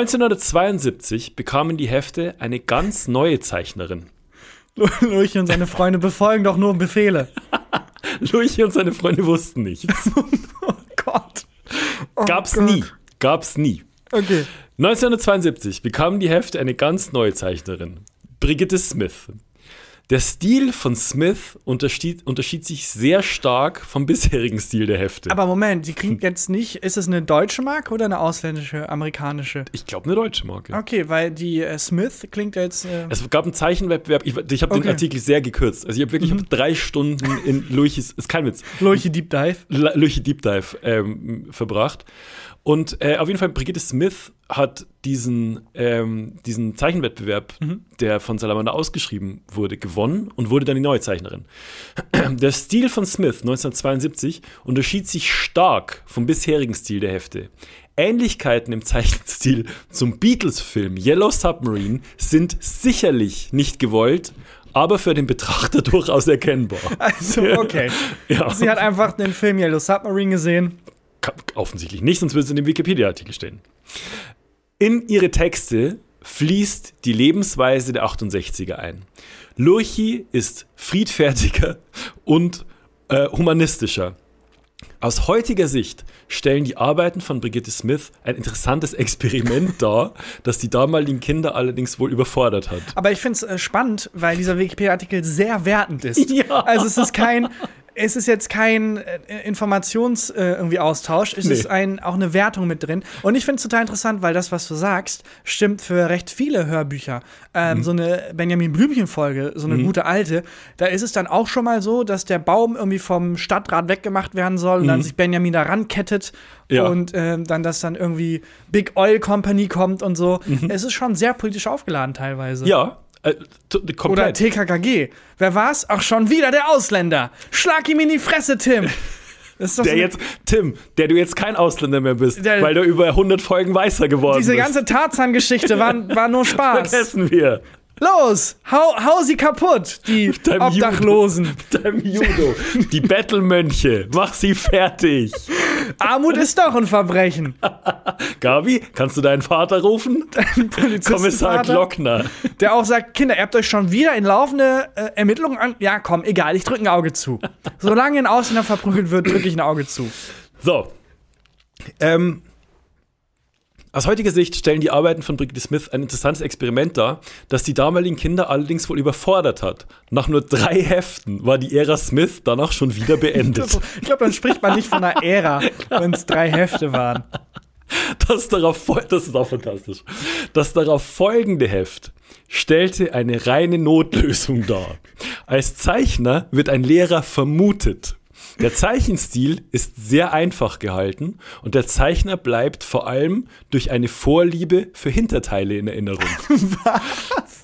Speaker 3: 1972 bekamen die Hefte eine ganz neue Zeichnerin.
Speaker 2: Lurch und seine Freunde befolgen doch nur Befehle.
Speaker 3: Lurchi und seine Freunde wussten nichts.
Speaker 2: Oh Gott.
Speaker 3: Gab's
Speaker 2: Oh Gott.
Speaker 3: nie. Gab's nie.
Speaker 2: Okay.
Speaker 3: 1972 bekamen die Hefte eine ganz neue Zeichnerin, Brigitte Smith. Der Stil von Smith unterschied, unterschied sich sehr stark vom bisherigen Stil der Hefte.
Speaker 2: Aber Moment, die kriegen jetzt nicht. Ist es eine deutsche Marke oder eine ausländische, amerikanische?
Speaker 3: ich glaube, eine deutsche Marke.
Speaker 2: Okay, weil die äh, Smith klingt ja jetzt. Äh,
Speaker 3: Es gab einen Zeichenwettbewerb. Ich, ich habe
Speaker 2: Okay. Mhm.
Speaker 3: den Artikel sehr gekürzt. Also ich habe wirklich ich hab drei Stunden in Lurchis, ist kein Witz,
Speaker 2: Lurche Deep Dive.
Speaker 3: La- Lurchi Deep Dive ähm, verbracht. Und äh, auf jeden Fall, Brigitte Smith hat diesen, ähm, diesen Zeichenwettbewerb, der von Salamander ausgeschrieben wurde, gewonnen und wurde dann die neue Zeichnerin. Der Stil von Smith 1972 unterschied sich stark vom bisherigen Stil der Hefte. Ähnlichkeiten im Zeichenstil zum Beatles-Film Yellow Submarine sind sicherlich nicht gewollt, aber für den Betrachter durchaus erkennbar.
Speaker 2: Also, okay.
Speaker 3: Ja.
Speaker 2: Sie hat einfach den Film Yellow Submarine gesehen.
Speaker 3: Ka- Offensichtlich nicht, sonst würde es in dem Wikipedia-Artikel stehen. In ihre Texte fließt die Lebensweise der 68er ein. Lurchi ist friedfertiger und äh, humanistischer. Aus heutiger Sicht stellen die Arbeiten von Brigitte Smith ein interessantes Experiment dar, das die damaligen Kinder allerdings wohl überfordert hat.
Speaker 2: Aber ich finde es äh, spannend, weil dieser Wikipedia-Artikel sehr wertend ist.
Speaker 3: Ja.
Speaker 2: Also es ist kein. Es ist jetzt kein äh, Informations äh, irgendwie Austausch, es
Speaker 3: Nee.
Speaker 2: ist ein, auch eine Wertung mit drin. Und ich finde es total interessant, weil das, was du sagst, stimmt für recht viele Hörbücher.
Speaker 3: Mhm.
Speaker 2: Ähm, So eine Benjamin Blümchen-Folge, so eine gute alte, da ist es dann auch schon mal so, dass der Baum irgendwie vom Stadtrat weggemacht werden soll und dann sich Benjamin da rankettet
Speaker 3: Mhm. Ja.
Speaker 2: und ähm, dann, dass dann irgendwie Big Oil Company kommt und so. Es ist schon sehr politisch aufgeladen teilweise.
Speaker 3: Mhm. Ja, äh, t- komplett.
Speaker 2: Oder TKKG. Wer war's? Auch schon wieder der Ausländer. Schlag ihm in die Fresse, Tim. Das ist doch
Speaker 3: der
Speaker 2: so-
Speaker 3: jetzt, Tim, der du jetzt kein Ausländer mehr bist,
Speaker 2: Der-
Speaker 3: weil du über 100 Folgen weißer geworden
Speaker 2: diese
Speaker 3: bist.
Speaker 2: ganze Tarzan-Geschichte war, war nur Spaß.
Speaker 3: vergessen wir.
Speaker 2: Los, hau, hau sie kaputt, die
Speaker 3: deinem
Speaker 2: Obdachlosen.
Speaker 3: Mit deinem Judo. Die Battlemönche. Mach sie fertig.
Speaker 2: Armut ist doch ein Verbrechen.
Speaker 3: Gabi, kannst du deinen Vater rufen? Kommissar
Speaker 2: Vater.
Speaker 3: Glockner.
Speaker 2: Der auch sagt, Kinder, ihr habt euch schon wieder in laufende äh, Ermittlungen an. Ja, komm, egal, ich drücke ein Auge zu. Solange ein Ausländer verprügelt wird, drücke ich ein Auge zu.
Speaker 3: So. Ähm, aus heutiger Sicht stellen die Arbeiten von Brigitte Smith ein interessantes Experiment dar, das die damaligen Kinder allerdings wohl überfordert hat. Nach nur drei Heften war die Ära Smith danach schon wieder beendet.
Speaker 2: Ich glaube, dann spricht man nicht von einer Ära, wenn es drei Hefte waren.
Speaker 3: das darauf fol- das ist auch fantastisch. Das darauf folgende Heft stellte eine reine Notlösung dar. Als Zeichner wird ein Lehrer vermutet. Der Zeichenstil ist sehr einfach gehalten und der Zeichner bleibt vor allem durch eine Vorliebe für Hinterteile in Erinnerung.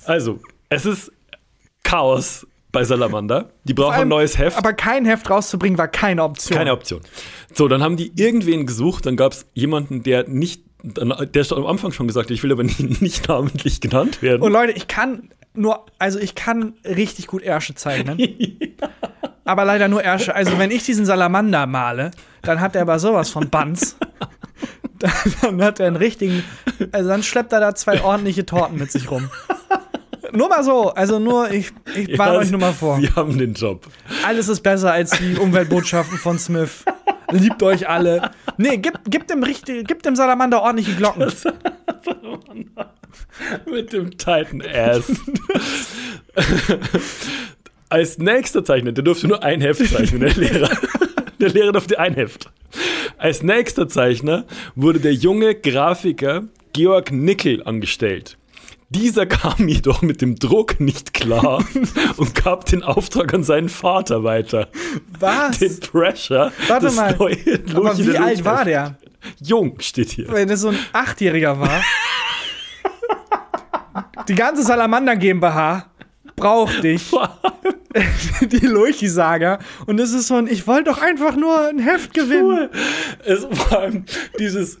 Speaker 3: Also, es ist Chaos bei Salamander. Die brauchen ein neues Heft.
Speaker 2: Aber kein Heft rauszubringen war keine Option.
Speaker 3: Keine Option. So, dann haben die irgendwen gesucht, dann gab es jemanden, der nicht, der ist am Anfang schon gesagt, ich will aber nicht, nicht namentlich genannt werden.
Speaker 2: Und Leute, ich kann nur, also ich kann richtig gut Ärsche zeichnen. aber leider nur Ärsche. Also, wenn ich diesen Salamander male, dann hat er aber sowas von Banz. Dann, dann hat er einen richtigen, also dann schleppt er da zwei ordentliche Torten mit sich rum. Nur mal so, also nur, ich, ich warne
Speaker 3: Ja,
Speaker 2: euch nur mal vor.
Speaker 3: Sie haben den Job.
Speaker 2: Alles ist besser als die Umweltbotschaften von Smith. Liebt euch alle. Nee, gibt, gibt, dem, richtig, gibt dem Salamander ordentliche Glocken.
Speaker 3: Mit dem Titan Ass. Als nächster Zeichner, der durfte nur ein Heft zeichnen, der Lehrer. Der Lehrer durfte ein Heft. Als nächster Zeichner wurde der junge Grafiker Georg Nickel angestellt. Dieser kam jedoch mit dem Druck nicht klar und gab den Auftrag an seinen Vater weiter.
Speaker 2: Was?
Speaker 3: Den Pressure.
Speaker 2: Warte
Speaker 3: das
Speaker 2: mal.
Speaker 3: Neue
Speaker 2: Aber
Speaker 3: Logi-
Speaker 2: wie
Speaker 3: der
Speaker 2: alt war
Speaker 3: Logi-
Speaker 2: der?
Speaker 3: Jung steht hier.
Speaker 2: Wenn das so ein Achtjähriger war. Die ganze Salamander GmbH braucht dich. Die Lurchi-Saga. Und das ist so ein, ich wollte doch einfach nur ein Heft gewinnen.
Speaker 3: Cool. Es vor allem dieses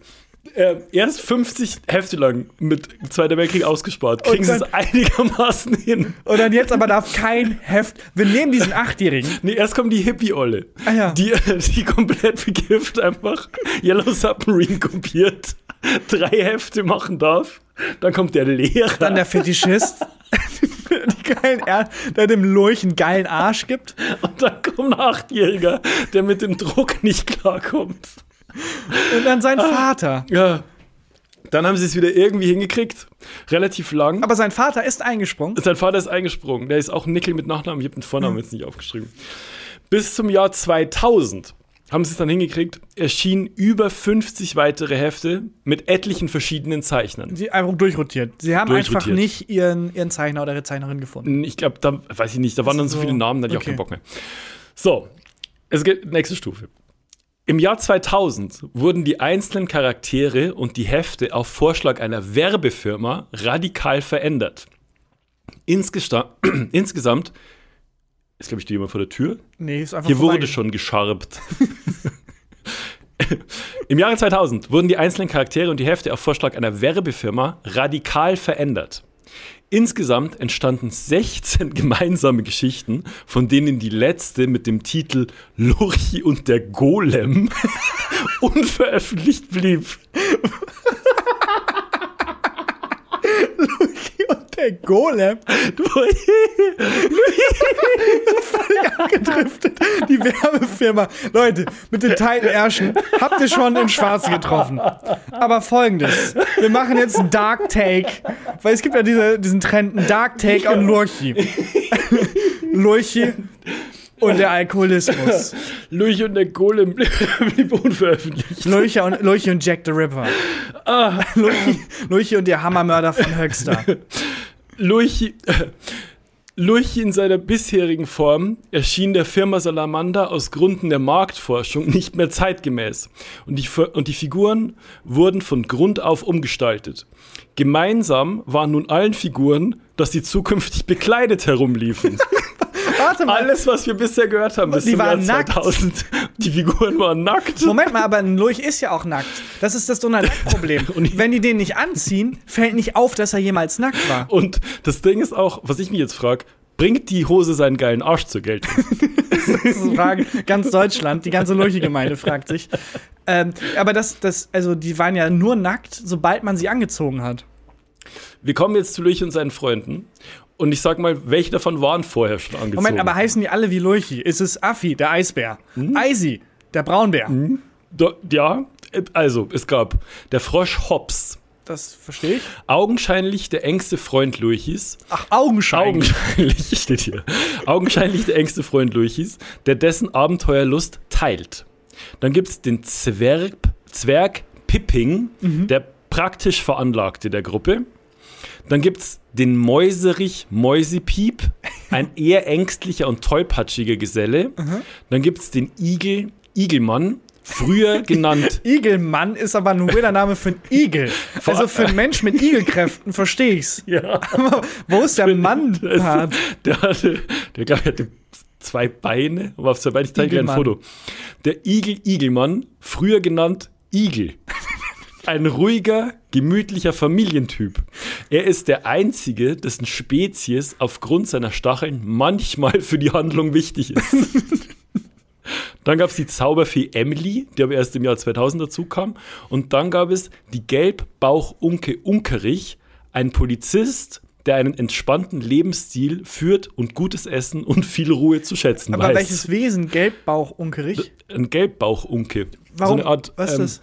Speaker 3: äh, erst 50 Hefte lang mit Zweiter Weltkrieg ausgespart. Kriegen sie es
Speaker 2: dann-
Speaker 3: einigermaßen hin.
Speaker 2: Und dann jetzt aber darf kein Heft. Wir nehmen diesen Achtjährigen.
Speaker 3: Nee, erst kommt die Hippie-Olle.
Speaker 2: Ah ja.
Speaker 3: die, die komplett vergiftet einfach Yellow Submarine kopiert. Drei Hefte machen darf. Dann kommt der Lehrer.
Speaker 2: Dann der Fetischist. Die geilen er der dem Lurch einen geilen Arsch gibt.
Speaker 3: und dann kommt ein Achtjähriger, der mit dem Druck nicht klarkommt.
Speaker 2: Und dann
Speaker 3: Ah.
Speaker 2: sein Vater.
Speaker 3: Ja. Dann haben sie es wieder irgendwie hingekriegt. Relativ lang.
Speaker 2: Aber sein Vater ist eingesprungen.
Speaker 3: Sein Vater ist eingesprungen. Der ist auch Nickel mit Nachnamen. Ich habe den Vornamen jetzt nicht aufgeschrieben. Bis zum Jahr 2000 haben sie es dann hingekriegt. Erschienen über 50 weitere Hefte mit etlichen verschiedenen Zeichnern.
Speaker 2: Sie einfach durchrotiert. Sie haben einfach
Speaker 3: Durchrotiert.
Speaker 2: nicht ihren, ihren Zeichner oder ihre Zeichnerin gefunden.
Speaker 3: Ich glaube, da weiß ich nicht, da waren dann so
Speaker 2: so-
Speaker 3: viele Namen, da hatte ich auch
Speaker 2: okay.
Speaker 3: keinen Bock mehr. So, es geht nächste Stufe. Im Jahr 2000 wurden die einzelnen Charaktere und die Hefte auf Vorschlag einer Werbefirma radikal verändert. Insgesta insgesamt, ist glaube ich jemand vor der Tür,
Speaker 2: Nee, ist einfach
Speaker 3: Hier wurde
Speaker 2: vorbeigegangen.
Speaker 3: schon gescharbt. Im Jahre 2000 wurden die einzelnen Charaktere und die Hefte auf Vorschlag einer Werbefirma radikal verändert. Insgesamt entstanden 16 gemeinsame Geschichten, von denen die letzte mit dem Titel Lurchi und der Golem unveröffentlicht blieb.
Speaker 2: Und der Golem, gedriftet, die Werbefirma. Leute, mit den Titan-Ärschen habt ihr schon in Schwarze getroffen. Aber folgendes: Wir machen jetzt einen Dark Take, weil es gibt ja diese, diesen Trend, einen Dark Take on Lurchi. Lurchi und der Alkoholismus.
Speaker 3: Lurchi und der Golem blieb unveröffentlicht.
Speaker 2: Lurchi und, Lurchi und Jack the Ripper.
Speaker 3: Ah.
Speaker 2: Lurchi, Lurchi und der Hammermörder von Höxter.
Speaker 3: Lurchi, äh, Lurchi in seiner bisherigen Form erschien der Firma Salamander aus Gründen der Marktforschung nicht mehr zeitgemäß und die, Fi- und die Figuren wurden von Grund auf umgestaltet. Gemeinsam war nun allen Figuren, dass sie zukünftig bekleidet herumliefen.
Speaker 2: Warte mal.
Speaker 3: Alles, was wir bisher gehört haben, bis
Speaker 2: Die
Speaker 3: zum Jahr
Speaker 2: waren nackt.
Speaker 3: 2000, die Figuren waren nackt.
Speaker 2: Moment mal, aber ein Lurch ist ja auch nackt. Das ist das Donald-Problem.
Speaker 3: Und-
Speaker 2: Wenn die den nicht anziehen, fällt nicht auf, dass er jemals nackt war.
Speaker 3: Und das Ding ist auch, was ich mich jetzt frage, bringt die Hose seinen geilen Arsch zur Geltung?
Speaker 2: Das fragen ganz Deutschland, die ganze Lurche-Gemeinde fragt sich. Ähm, aber das, das, also die waren ja nur nackt, sobald man sie angezogen hat.
Speaker 3: Wir kommen jetzt zu Lurch und seinen Freunden. Und ich sag mal, welche davon waren vorher schon angezogen?
Speaker 2: Moment, aber heißen die alle wie Lurchi? Ist es Affi, der Eisbär? Eisi, der Braunbär?
Speaker 3: Do, ja, äh, also, es gab der Frosch Hops.
Speaker 2: Das verstehe ich.
Speaker 3: Augenscheinlich der engste Freund Lurchis.
Speaker 2: Ach, Augenschein.
Speaker 3: Augenscheinlich steht hier. Augenscheinlich der engste Freund Lurchis, der dessen Abenteuerlust teilt. Dann gibt's den Zwerg, Zwerg Pipping, der praktisch Veranlagte der Gruppe. Dann gibt es den Mäuserich Mäusepiep, ein eher ängstlicher und tollpatschiger Geselle. Dann gibt es den Igel Igelmann, früher genannt
Speaker 2: Igelmann ist aber ein weirder Name für einen Igel. Also für einen Mensch mit Igelkräften verstehe ich's.
Speaker 3: Ja.
Speaker 2: Aber wo ist der Mann? Ah,
Speaker 3: Das, der hatte, der glaube ich hatte zwei Beine, aber auf zwei Beinen, ich zeige dir ein
Speaker 2: Igelmann.
Speaker 3: Foto. Der Igel Igelmann, früher genannt Igel. Ein ruhiger, gemütlicher Familientyp. Er ist der einzige, dessen Spezies aufgrund seiner Stacheln manchmal für die Handlung wichtig ist. Dann gab es die Zauberfee Emily, die aber erst im Jahr 2000 dazu kam. Und dann gab es die Gelbbauch-Unke Unkerich, ein Polizist, der einen entspannten Lebensstil führt und gutes Essen und viel Ruhe zu schätzen
Speaker 2: Aber
Speaker 3: weiß.
Speaker 2: welches Wesen? Gelbbauch, unkerig?
Speaker 3: Ein Gelbbauch-Unke.
Speaker 2: Warum?
Speaker 3: So eine Art,
Speaker 2: Was ist
Speaker 3: ähm,
Speaker 2: das?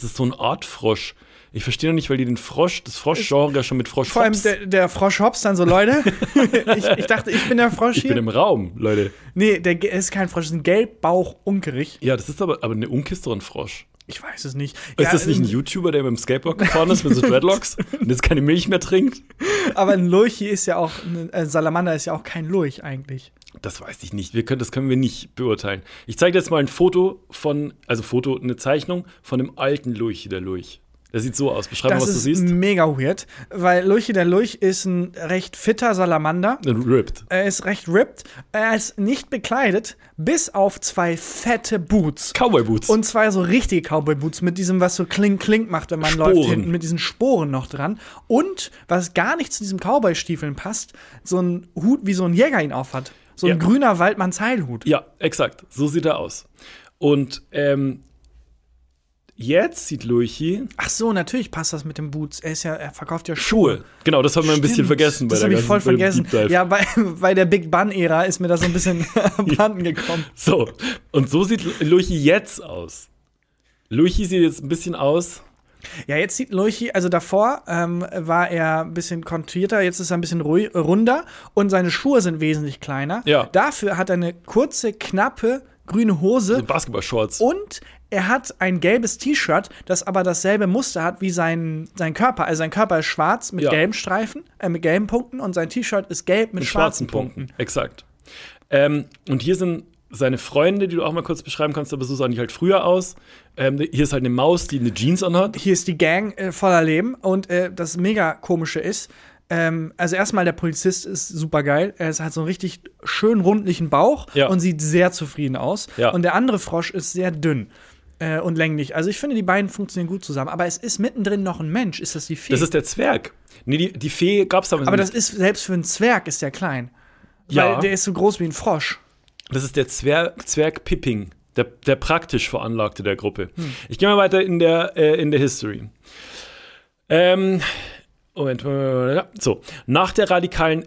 Speaker 3: Das ist so eine Art Frosch. Ich verstehe noch nicht, weil die den Frosch, das Froschgenre ja schon mit Frosch
Speaker 2: Vor allem
Speaker 3: Hops-
Speaker 2: der, der Frosch hops dann so, Leute. ich, ich dachte, ich bin der Frosch
Speaker 3: Ich bin
Speaker 2: hier.
Speaker 3: im Raum, Leute.
Speaker 2: Nee, der Ge- ist kein Frosch, ist ein Gelbbauch, unkerig.
Speaker 3: Ja, das ist aber, aber eine Unke ist doch ein Frosch.
Speaker 2: Ich weiß es nicht.
Speaker 3: Ist das
Speaker 2: ähm,
Speaker 3: nicht ein YouTuber, der mit dem Skateboard gefahren ist, mit so Dreadlocks und jetzt keine Milch mehr trinkt?
Speaker 2: Aber ein Lurchi ist ja auch, ein äh, Salamander ist ja auch kein Lurch eigentlich.
Speaker 3: Das weiß ich nicht. Wir können, das können wir nicht beurteilen. Ich zeige dir jetzt mal ein Foto von, also Foto, eine Zeichnung von dem alten Lurch, der Lurch. Der sieht so aus. Beschreib mal,
Speaker 2: Das
Speaker 3: was du
Speaker 2: ist
Speaker 3: siehst.
Speaker 2: mega weird, weil Lurchi der Lurch ist ein recht fitter Salamander.
Speaker 3: Ripped.
Speaker 2: Er ist recht ripped. Er ist nicht bekleidet, bis auf zwei fette Boots.
Speaker 3: Cowboy-Boots.
Speaker 2: Und zwar so richtige Cowboy-Boots mit diesem, was so kling-kling macht, wenn man
Speaker 3: Sporen.
Speaker 2: läuft hinten, mit diesen Sporen noch dran. Und, was gar nicht zu diesen Cowboy-Stiefeln passt, so ein Hut, wie so ein Jäger ihn aufhat. So ein
Speaker 3: Ja.
Speaker 2: grüner Waldmanns-Heilhut.
Speaker 3: Ja, exakt. So sieht er aus. Und ähm, jetzt sieht Lurchi
Speaker 2: Ach so, natürlich passt das mit den Boots. Er ist ja, er verkauft ja
Speaker 3: Schuhe. Genau, das haben wir ein bisschen
Speaker 2: Stimmt,
Speaker 3: vergessen bei
Speaker 2: Das
Speaker 3: der
Speaker 2: habe ich
Speaker 3: ganzen
Speaker 2: voll
Speaker 3: bei dem
Speaker 2: vergessen.
Speaker 3: Deep Dive.
Speaker 2: Ja, bei, bei der Big Bun-Ära ist mir das so ein bisschen abhanden gekommen.
Speaker 3: So, und so sieht Lurchi jetzt aus. Lurchi sieht jetzt ein bisschen aus.
Speaker 2: Ja, jetzt sieht Lurchi, also davor ähm, war er ein bisschen kontrierter, jetzt ist er ein bisschen ruhi- runder und seine Schuhe sind wesentlich kleiner.
Speaker 3: Ja.
Speaker 2: Dafür hat er eine kurze, knappe, grüne Hose
Speaker 3: Basketball-Shorts.
Speaker 2: und er hat ein gelbes T-Shirt, das aber dasselbe Muster hat wie sein, sein Körper. Also sein Körper ist schwarz mit
Speaker 3: Ja.
Speaker 2: gelben Streifen, äh, mit gelben Punkten und sein T-Shirt ist gelb mit,
Speaker 3: Mit
Speaker 2: schwarzen,
Speaker 3: schwarzen
Speaker 2: Punkten.
Speaker 3: Punkten. Exakt. Ähm, und hier sind seine Freunde, die du auch mal kurz beschreiben kannst, aber so sahen die halt früher aus. Ähm, hier ist halt eine Maus, die eine Jeans anhat.
Speaker 2: hier ist die Gang äh, voller Leben und äh, das mega komische ist, ähm, also erstmal der Polizist ist super geil. Er ist- hat so einen richtig schön rundlichen Bauch
Speaker 3: Ja.
Speaker 2: und sieht sehr zufrieden aus.
Speaker 3: Ja.
Speaker 2: Und der andere Frosch ist sehr dünn äh, und länglich. Also ich finde, die beiden funktionieren gut zusammen. Aber es ist mittendrin noch ein Mensch. Ist das die Fee?
Speaker 3: Das ist der Zwerg. Nee, die, die Fee gab's damals
Speaker 2: Aber
Speaker 3: nicht.
Speaker 2: das ist selbst für einen Zwerg ist der klein.
Speaker 3: Ja.
Speaker 2: Weil der ist so groß wie ein Frosch.
Speaker 3: Das ist der Zwerg, Zwerg Pipping, der, der praktisch Veranlagte der Gruppe. Ich gehe mal weiter in der, äh, in der History. Ähm, Moment, äh, ja, so. Nach der radikalen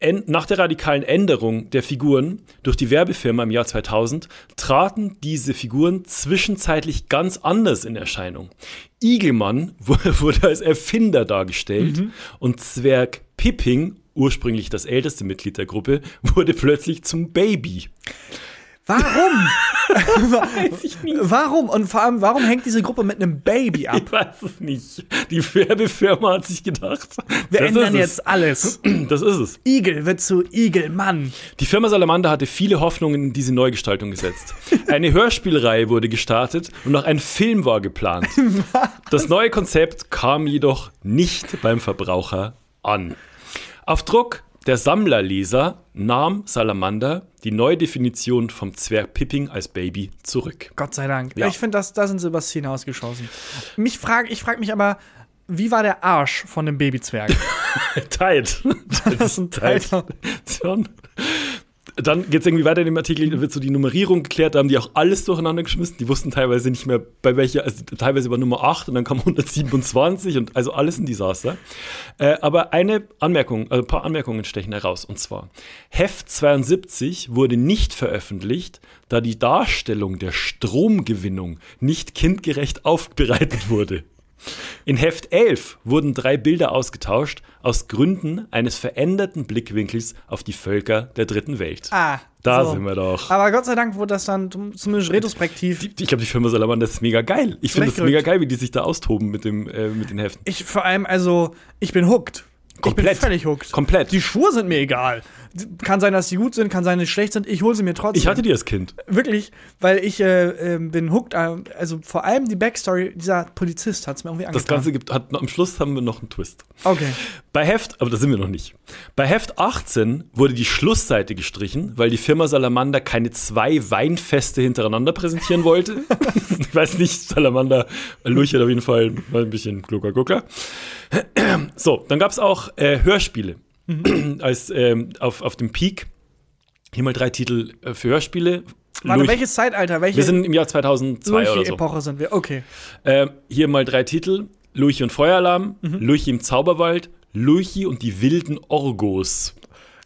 Speaker 3: Än- nach der radikalen Änderung der Figuren durch die Werbefirma im Jahr 2000 traten diese Figuren zwischenzeitlich ganz anders in Erscheinung. Igelmann wu- wurde als Erfinder dargestellt und Zwerg Pipping, ursprünglich das älteste Mitglied der Gruppe, wurde plötzlich zum Baby.
Speaker 2: Warum? Warum? Und vor allem, warum hängt diese Gruppe mit einem Baby ab?
Speaker 3: Ich weiß es nicht. Die Werbefirma hat sich gedacht.
Speaker 2: Wir
Speaker 3: das
Speaker 2: ändern
Speaker 3: ist
Speaker 2: jetzt alles.
Speaker 3: Es. Das ist es.
Speaker 2: Igel wird zu Igelmann.
Speaker 3: Die Firma Salamander hatte viele Hoffnungen in diese Neugestaltung gesetzt. Eine Hörspielreihe wurde gestartet und auch ein Film war geplant. Das neue Konzept kam jedoch nicht beim Verbraucher an. Auf Druck der Sammlerleser nahm Salamander die Neudefinition vom Zwerg Pipping als Baby zurück.
Speaker 2: Gott sei Dank.
Speaker 3: Ja.
Speaker 2: Ich finde, das, da sind sie übers Ziel hinausgeschossen. Mich frag, ich frage mich aber, wie war der Arsch von dem Babyzwerg?
Speaker 3: Tight.
Speaker 2: Das ist ein
Speaker 3: halt
Speaker 2: Teil.
Speaker 3: Situation. Dann geht es irgendwie weiter in dem Artikel, da wird so die Nummerierung geklärt, da haben die auch alles durcheinander geschmissen. Die wussten teilweise nicht mehr, bei welcher, also teilweise war Nummer 8 und dann kam 127 und also alles ein Desaster. Äh, aber eine Anmerkung, äh, ein paar Anmerkungen stechen heraus und zwar: Heft 72 wurde nicht veröffentlicht, da die Darstellung der Stromgewinnung nicht kindgerecht aufbereitet wurde. In Heft 11 wurden drei Bilder ausgetauscht aus Gründen eines veränderten Blickwinkels auf die Völker der dritten Welt.
Speaker 2: Ah,
Speaker 3: Da sind wir doch.
Speaker 2: Aber Gott sei Dank wurde das dann zum- zumindest retrospektiv.
Speaker 3: Die- Ich glaube, die Firma Salamander ist mega geil. Ich finde das
Speaker 2: Zurechtgerückt.
Speaker 3: mega geil, wie die sich da austoben mit, dem, äh, mit den Heften.
Speaker 2: Ich vor allem, also, ich bin hooked.
Speaker 3: Komplett.
Speaker 2: Ich bin völlig hooked.
Speaker 3: Komplett.
Speaker 2: Die Schuhe sind mir egal. Kann sein, dass sie gut sind, kann sein, dass sie schlecht sind. Ich hole sie mir trotzdem.
Speaker 3: Ich hatte die als Kind.
Speaker 2: Wirklich, weil ich äh, ähm, bin hooked. äh, Also vor allem die Backstory, dieser Polizist hat es mir irgendwie
Speaker 3: Das
Speaker 2: angetan.
Speaker 3: Ganze gibt, hat, am Schluss haben wir noch einen Twist.
Speaker 2: okay.
Speaker 3: Bei Heft, aber da sind wir noch nicht. Bei Heft 18 wurde die Schlussseite gestrichen, weil die Firma Salamander keine zwei Weinfeste hintereinander präsentieren wollte. ich weiß nicht, Salamander lurchert auf jeden Fall mal ein bisschen glucker glucker. So, dann gab es auch äh, Hörspiele.
Speaker 2: Mhm.
Speaker 3: Als ähm, auf, auf dem Peak hier mal drei Titel äh, für Hörspiele.
Speaker 2: Warte,
Speaker 3: Lurch-
Speaker 2: welches Zeitalter? Welche,
Speaker 3: wir sind im Jahr 2002
Speaker 2: welche
Speaker 3: oder so.
Speaker 2: Epoche sind wir? Okay.
Speaker 3: Ähm, hier mal drei Titel: Luigi und Feueralarm, Luigi im Zauberwald, Luigi und die wilden Orgos.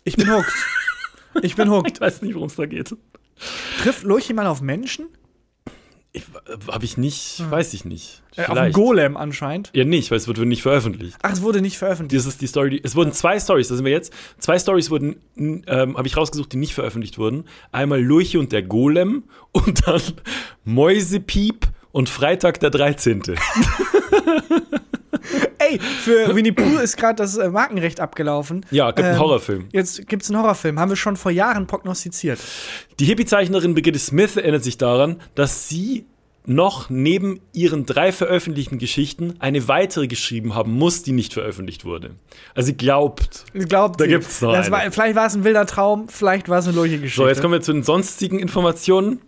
Speaker 2: Ich bin hooked. ich bin hooked.
Speaker 3: Ich weiß nicht, worum es da geht.
Speaker 2: Trifft Lurchi mal auf Menschen? Äh,
Speaker 3: Habe ich nicht, weiß ich nicht.
Speaker 2: Äh, auf einen Golem anscheinend.
Speaker 3: ja, nicht, weil es wird nicht veröffentlicht.
Speaker 2: Ach, es wurde nicht veröffentlicht.
Speaker 3: Das ist die Story. Die, es wurden zwei Stories, da sind wir jetzt. Zwei Stories wurden, n- ähm, habe ich rausgesucht, die nicht veröffentlicht wurden. Einmal Lurche und der Golem und dann Mäusepiep und Freitag der 13.
Speaker 2: Ey, für Winnie Pooh ist gerade das äh, Markenrecht abgelaufen. Ähm,
Speaker 3: Ja, gibt einen Horrorfilm.
Speaker 2: Jetzt gibt's einen Horrorfilm. Haben wir schon vor Jahren prognostiziert.
Speaker 3: Die Hippie-Zeichnerin Brigitte Smith erinnert sich daran, dass sie noch neben ihren drei veröffentlichten Geschichten eine weitere geschrieben haben muss, die nicht veröffentlicht wurde. Also sie glaubt.
Speaker 2: Glaubt
Speaker 3: Da
Speaker 2: sie.
Speaker 3: gibt's noch
Speaker 2: das war,
Speaker 3: eine.
Speaker 2: Vielleicht war es ein wilder Traum, vielleicht war es eine Lurchi-Geschichte.
Speaker 3: So, jetzt kommen wir zu den sonstigen Informationen.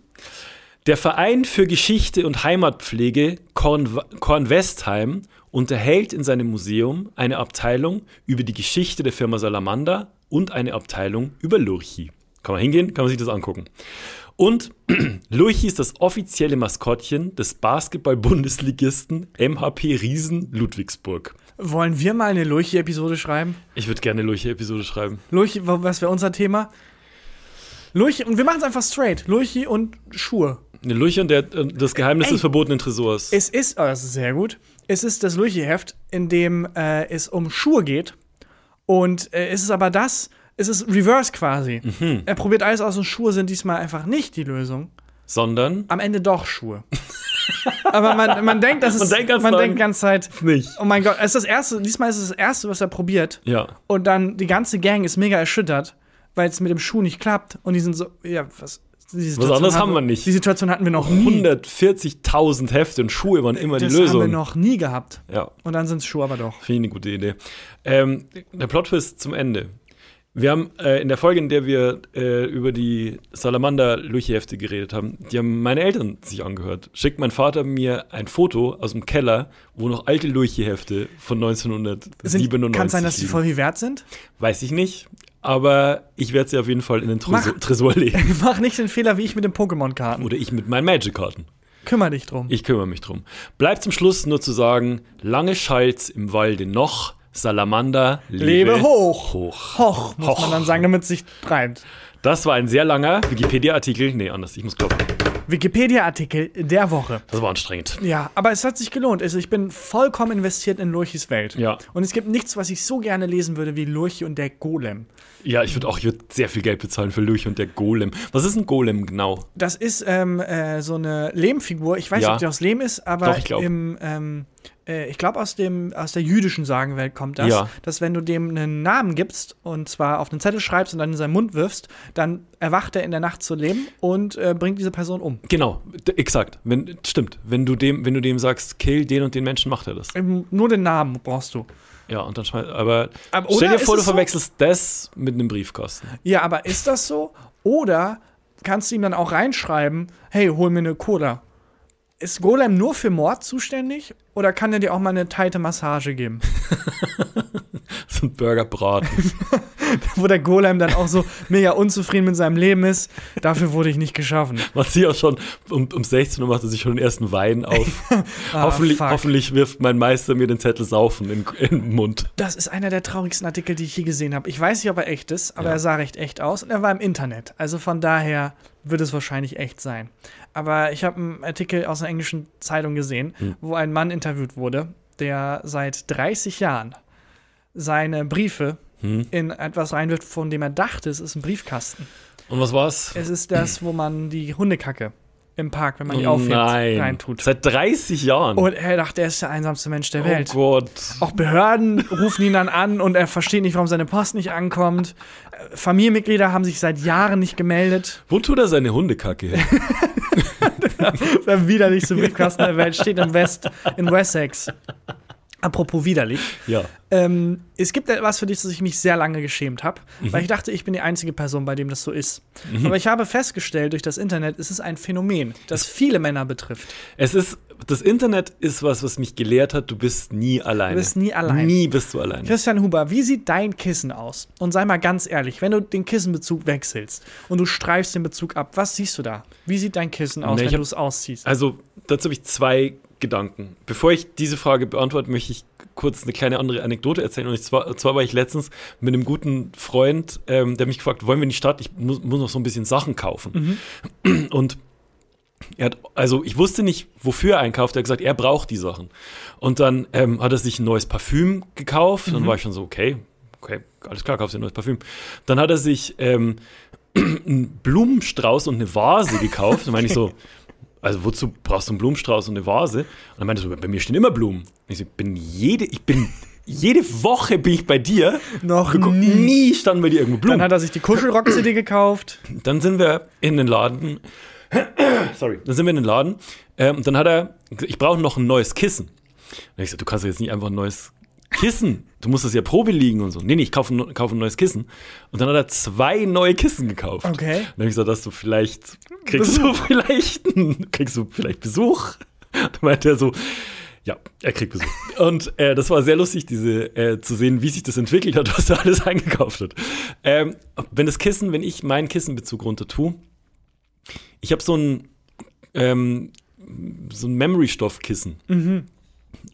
Speaker 3: Der Verein für Geschichte und Heimatpflege Korn, Korn Westheim unterhält in seinem Museum eine Abteilung über die Geschichte der Firma Salamander und eine Abteilung über Lurchi. Kann man hingehen, kann man sich das angucken. Und Lurchi ist das offizielle Maskottchen des Basketball-Bundesligisten MHP Riesen Ludwigsburg.
Speaker 2: Wollen wir mal eine Lurchi-Episode schreiben?
Speaker 3: Ich würde gerne eine Lurchi-Episode schreiben.
Speaker 2: Lurchi, wa- was wäre unser Thema? Lurchi, und wir machen es einfach straight. Lurchi und Schuhe.
Speaker 3: Eine Lurchi und der, das Geheimnis des verbotenen Tresors.
Speaker 2: Es ist, oh, das ist sehr gut, es ist das Lurchi-Heft, in dem äh, es um Schuhe geht. Und äh, es ist aber das, es ist reverse quasi.
Speaker 3: Mhm.
Speaker 2: Er probiert alles aus und Schuhe sind diesmal einfach nicht die Lösung.
Speaker 3: Sondern
Speaker 2: Am Ende doch Schuhe. aber man, man denkt, das ist,
Speaker 3: Man denkt ganz
Speaker 2: man
Speaker 3: lang.
Speaker 2: denkt ganz Zeit,
Speaker 3: nicht.
Speaker 2: oh mein Gott, es ist das erste, diesmal ist es das erste, was er probiert.
Speaker 3: Ja.
Speaker 2: Und dann die ganze Gang ist mega erschüttert, weil es mit dem Schuh nicht klappt. Und die sind so, ja, was. die Situation
Speaker 3: anderes
Speaker 2: hatten-
Speaker 3: haben wir nicht.
Speaker 2: Die Situation hatten wir noch nie.
Speaker 3: 140.000 Hefte und Schuhe waren immer
Speaker 2: das
Speaker 3: die Lösung.
Speaker 2: haben wir noch nie gehabt.
Speaker 3: Ja,
Speaker 2: Und dann sind es Schuhe aber doch.
Speaker 3: finde ich eine gute Idee. Ähm, der Plot-Twist zum Ende. Wir haben äh, in der Folge, in der wir äh, über die Salamander-Luchi-Hefte geredet haben, die haben meine Eltern sich angehört. Schickt mein Vater mir ein Foto aus dem Keller, wo noch alte Luchi-Hefte von 1997
Speaker 2: Kann sein, dass die
Speaker 3: liegen.
Speaker 2: voll wie wert sind.
Speaker 3: Weiß ich nicht, aber ich werde sie auf jeden Fall in den Tresor,
Speaker 2: Mach-
Speaker 3: Tresor legen.
Speaker 2: Mach nicht den Fehler wie ich mit den Pokémon-Karten.
Speaker 3: Oder ich mit meinen Magic-Karten.
Speaker 2: Kümmer dich drum.
Speaker 3: Ich kümmere mich drum. Bleibt zum Schluss nur zu sagen, lange schallt im Walde noch, Salamander lebe,
Speaker 2: Lebe hoch.
Speaker 3: hoch.
Speaker 2: Hoch, muss
Speaker 3: Hoch.
Speaker 2: man dann sagen, damit es sich reimt.
Speaker 3: Das war ein sehr langer Wikipedia-Artikel. Nee, anders, ich muss glauben.
Speaker 2: Wikipedia-Artikel der Woche.
Speaker 3: Das war anstrengend.
Speaker 2: Ja, aber es hat sich gelohnt. Also ich bin vollkommen investiert in Lurchis Welt.
Speaker 3: Ja.
Speaker 2: Und es gibt nichts, was ich so gerne lesen würde wie Lurchi und der Golem.
Speaker 3: Ja, ich würde auch ich würd sehr viel Geld bezahlen für Lurch und der Golem. Was ist ein Golem genau?
Speaker 2: Das ist ähm, äh, so eine Lehmfigur. Ich weiß
Speaker 3: Ja.
Speaker 2: nicht, ob die aus Lehm ist, aber
Speaker 3: Doch, ich glaub.
Speaker 2: im, ähm, äh, ich glaube aus dem aus der jüdischen Sagenwelt kommt das,
Speaker 3: Ja.
Speaker 2: dass wenn du dem einen Namen gibst und zwar auf einen Zettel schreibst und dann in seinen Mund wirfst, dann erwacht er in der Nacht zu Lehm und äh, bringt diese Person um.
Speaker 3: Genau, d- exakt. Wenn, stimmt. Wenn du, dem, wenn du dem sagst, kill den und den Menschen, macht er das.
Speaker 2: Ähm, nur den Namen brauchst du.
Speaker 3: Ja, und dann schmeißt Aber,
Speaker 2: Aber
Speaker 3: stell
Speaker 2: oder
Speaker 3: dir vor,
Speaker 2: ist
Speaker 3: du
Speaker 2: es so?
Speaker 3: verwechselst das mit einem Briefkasten.
Speaker 2: Ja, aber ist das so? Oder kannst du ihm dann auch reinschreiben, hey, hol mir eine Cola. Ist Golem nur für Mord zuständig oder kann er dir auch mal eine teite Massage geben?
Speaker 3: So ein Burgerbraten.
Speaker 2: Wo der Golem dann auch so mega unzufrieden mit seinem Leben ist. Dafür wurde ich nicht geschaffen.
Speaker 3: Macht sie auch schon, um, um 16 Uhr macht er sich schon den ersten Wein auf.
Speaker 2: Ah,
Speaker 3: hoffentlich,
Speaker 2: fuck.
Speaker 3: hoffentlich wirft mein Meister mir den Zettel saufen in, in den Mund.
Speaker 2: Das ist einer der traurigsten Artikel, die ich je gesehen habe. Ich weiß nicht, ob er echt ist, aber
Speaker 3: Ja.
Speaker 2: er sah recht echt aus und er war im Internet. Also von daher wird es wahrscheinlich echt sein. Aber ich habe einen Artikel aus einer englischen Zeitung gesehen, wo ein Mann interviewt wurde, der seit 30 Jahren seine Briefe in etwas reinwirft, von dem er dachte, es ist ein Briefkasten.
Speaker 3: Und was war's?
Speaker 2: Es ist das, wo man die Hundekacke im Park, wenn man die Äh, aufhebt,
Speaker 3: Nein.
Speaker 2: reintut.
Speaker 3: Seit 30 Jahren.
Speaker 2: Und er dachte, er ist der einsamste Mensch der
Speaker 3: oh
Speaker 2: Welt.
Speaker 3: Gott.
Speaker 2: Auch Behörden rufen ihn dann an und er versteht nicht, warum seine Post nicht ankommt. Äh, Familienmitglieder haben sich seit Jahren nicht gemeldet.
Speaker 3: Wo tut er seine Hundekacke hin?
Speaker 2: Der widerlichste Briefkasten der Welt steht im West, in Wessex. Apropos widerlich.
Speaker 3: ja.
Speaker 2: Ähm, es gibt etwas, für das ich mich sehr lange geschämt habe,
Speaker 3: Mhm.
Speaker 2: weil ich dachte, ich bin die einzige Person, bei dem das so ist. Aber ich habe festgestellt, durch das Internet ist es ein Phänomen, das viele Männer betrifft.
Speaker 3: Es ist, das Internet ist was, was mich gelehrt hat, du bist nie alleine.
Speaker 2: Du bist nie allein.
Speaker 3: Nie bist du alleine.
Speaker 2: Christian Huber, wie sieht dein Kissen aus? Und sei mal ganz ehrlich, wenn du den Kissenbezug wechselst und du streifst den Bezug ab, was siehst du da? Wie sieht dein Kissen aus,
Speaker 3: Nee, ich
Speaker 2: wenn
Speaker 3: hab-
Speaker 2: du es ausziehst?
Speaker 3: Also, dazu habe ich zwei Gedanken. Bevor ich diese Frage beantworte, möchte ich kurz eine kleine andere Anekdote erzählen. Und zwar, zwar war ich letztens mit einem guten Freund, ähm, der mich gefragt, wollen wir in die Stadt? Ich muss, muss noch so ein bisschen Sachen kaufen. Und er hat, also ich wusste nicht, wofür er einkauft. Er hat gesagt, er braucht die Sachen. Und dann ähm, hat er sich ein neues Parfüm gekauft.
Speaker 2: Mhm.
Speaker 3: Dann war ich schon so, okay, okay, alles klar, kaufst dir ein neues Parfüm. Dann hat er sich ähm, einen Blumenstrauß und eine Vase gekauft. Dann meine ich so, also wozu brauchst du einen Blumenstrauß und eine Vase? Und dann meinte er so, bei mir stehen immer Blumen. Und ich so, ich bin jede, ich bin jede Woche bin ich bei dir.
Speaker 2: Noch
Speaker 3: Wir gucken- nie standen bei dir irgendwo Blumen.
Speaker 2: Dann hat er sich die Kuschelrock-CD gekauft.
Speaker 3: Dann sind wir in den Laden. Sorry. Dann sind wir in den Laden. Ähm, und dann hat er gesagt, ich brauche noch ein neues Kissen. Und ich so, du kannst doch jetzt nicht einfach ein neues Kissen. Du musst das ja Probe liegen und so. Nee, nee, ich kaufe ein, kaufe ein neues Kissen. Und dann hat er zwei neue Kissen gekauft.
Speaker 2: Okay.
Speaker 3: Und dann habe ich gesagt, dass du vielleicht, kriegst du vielleicht, einen- kriegst du vielleicht Besuch? Dann meinte er so, ja, er kriegt Besuch. Und äh, das war sehr lustig, diese äh, zu sehen, wie sich das entwickelt hat, was er alles eingekauft hat. Ähm, wenn das Kissen, wenn ich meinen Kissenbezug runter tue, ich habe so ein ähm, so ein Memory-Stoffkissen.
Speaker 2: Mhm.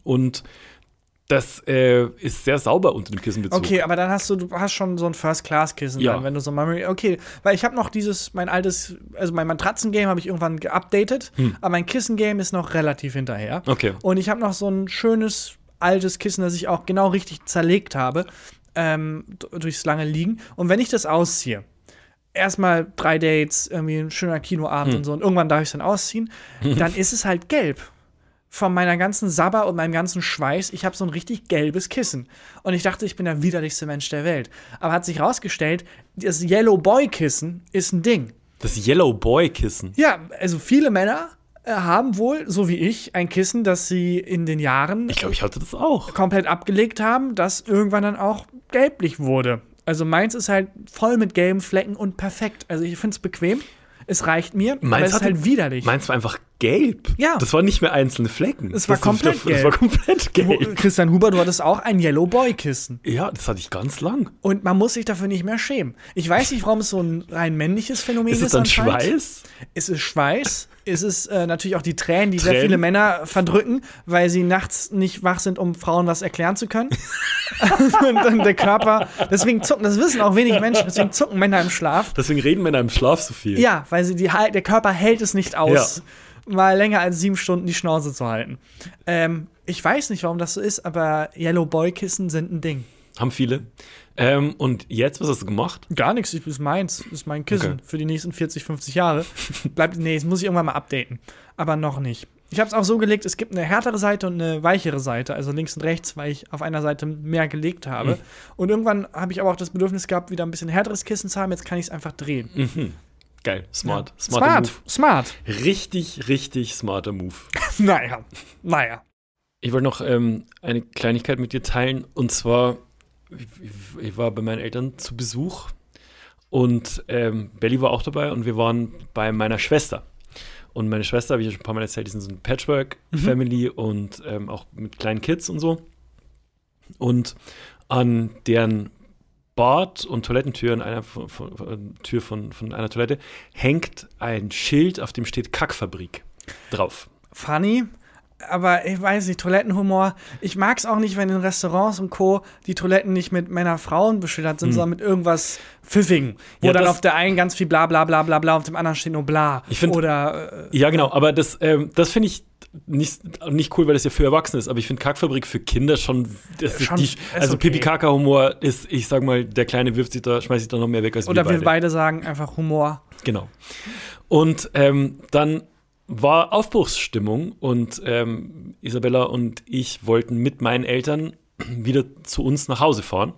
Speaker 3: Und das äh, ist sehr sauber unter dem Kissenbezug.
Speaker 2: Okay, aber dann hast du, du hast schon so ein First-Class-Kissen,
Speaker 3: Ja.
Speaker 2: dann, wenn du so Memory. Okay, weil ich habe noch dieses, mein altes, also mein Matratzen-Game habe ich irgendwann geupdatet,
Speaker 3: Hm.
Speaker 2: aber mein Kissen-Game ist noch relativ hinterher.
Speaker 3: Okay.
Speaker 2: Und ich habe noch so ein schönes altes Kissen, das ich auch genau richtig zerlegt habe, ähm, d- durchs lange Liegen. Und wenn ich das ausziehe, erstmal drei Dates, irgendwie ein schöner Kinoabend und so, und irgendwann darf ich es dann ausziehen, dann ist es halt gelb. Von meiner ganzen Sabber und meinem ganzen Schweiß, ich habe so ein richtig gelbes Kissen. Und ich dachte, ich bin der widerlichste Mensch der Welt. Aber hat sich rausgestellt, das Yellow Boy Kissen ist ein Ding.
Speaker 3: Das Yellow Boy-Kissen.
Speaker 2: Ja, also viele Männer äh, haben wohl, so wie ich, ein Kissen, das sie in den Jahren
Speaker 3: Ich glaube, ich hatte das auch.
Speaker 2: komplett abgelegt haben, das irgendwann dann auch gelblich wurde. Also meins ist halt voll mit gelben Flecken und perfekt. Also ich finde es bequem. Es reicht mir, aber es ist
Speaker 3: hatte-
Speaker 2: halt widerlich.
Speaker 3: Meins war einfach gelb.
Speaker 2: Ja.
Speaker 3: Das waren nicht mehr einzelne Flecken.
Speaker 2: Es war
Speaker 3: das,
Speaker 2: komplett
Speaker 3: das,
Speaker 2: gelb.
Speaker 3: Das war komplett
Speaker 2: Wo-
Speaker 3: gelb.
Speaker 2: Christian Huber, du hattest auch ein Yellow Boy Kissen.
Speaker 3: Ja, das hatte ich ganz lang.
Speaker 2: Und man muss sich dafür nicht mehr schämen. Ich weiß nicht, warum es so ein rein männliches Phänomen ist.
Speaker 3: Ist es dann
Speaker 2: anscheinend.
Speaker 3: Schweiß?
Speaker 2: Es ist Schweiß. Es ist äh, natürlich auch die Tränen, die sehr
Speaker 3: Tränen?
Speaker 2: viele Männer verdrücken, weil sie nachts nicht wach sind, um Frauen was erklären zu können. und dann der Körper. Deswegen zucken, das wissen auch wenig Menschen, deswegen zucken Männer im Schlaf.
Speaker 3: Deswegen reden Männer im Schlaf so viel.
Speaker 2: Ja, weil sie die, halt- der Körper hält es nicht aus, mal länger als sieben Stunden die Schnauze zu halten. Ähm, ich weiß nicht, warum das so ist, aber Yellow Boy Kissen sind ein Ding.
Speaker 3: Haben viele. Ähm, und jetzt, was hast du gemacht?
Speaker 2: Gar nichts, ich- ist meins, ist mein Kissen
Speaker 3: Okay.
Speaker 2: für die nächsten 40, 50 Jahre. Bleibt, nee, das muss ich irgendwann mal updaten. Aber noch nicht. Ich habe es auch so gelegt, es gibt eine härtere Seite und eine weichere Seite, also links und rechts, weil ich auf einer Seite mehr gelegt habe.
Speaker 3: Mhm.
Speaker 2: Und irgendwann habe ich aber auch das Bedürfnis gehabt, wieder ein bisschen härteres Kissen zu haben. Jetzt kann ich es einfach drehen.
Speaker 3: Geil. Smart. Smarter
Speaker 2: Smart, smart.
Speaker 3: Mhm. Move. Richtig, richtig smarter Move.
Speaker 2: Naja, naja.
Speaker 3: Ich wollte noch ähm, eine Kleinigkeit mit dir teilen. Und zwar, ich, ich war bei meinen Eltern zu Besuch und ähm, Belly war auch dabei und wir waren bei meiner Schwester. Und meine Schwester, habe ich ja schon ein paar Mal erzählt, die sind so eine Patchwork-Family und ähm, auch mit kleinen Kids und so. Und an deren Bad- und Toilettentür, an einer von, von, von, Tür von, von einer Toilette, hängt ein Schild, auf dem steht Kackfabrik drauf.
Speaker 2: Funny. Aber ich weiß nicht, Toilettenhumor. Ich mag es auch nicht, wenn in Restaurants und Co. die Toiletten nicht mit Männer-Frauen beschildert sind, sondern mit irgendwas Pfiffigen. Wo
Speaker 3: Hm. Ja,
Speaker 2: dann
Speaker 3: das-
Speaker 2: auf der einen ganz viel bla bla bla bla bla, auf dem anderen steht nur bla.
Speaker 3: Ich find-
Speaker 2: Oder. Äh,
Speaker 3: Ja, genau, aber das, ähm, das finde ich nicht, nicht cool, weil das ja für Erwachsene ist, aber ich finde Kackfabrik für Kinder schon, das
Speaker 2: Äh, Schon-
Speaker 3: ist
Speaker 2: ist
Speaker 3: die, also
Speaker 2: okay.
Speaker 3: Pipi-Kaka-Humor ist, ich sag mal, der Kleine wirft sich da, schmeißt sich da noch mehr weg als
Speaker 2: oder wir
Speaker 3: wir
Speaker 2: beide. sagen einfach Humor.
Speaker 3: Genau. Und Genau. ähm, dann war Aufbruchsstimmung und ähm, Isabella und ich wollten mit meinen Eltern wieder zu uns nach Hause fahren.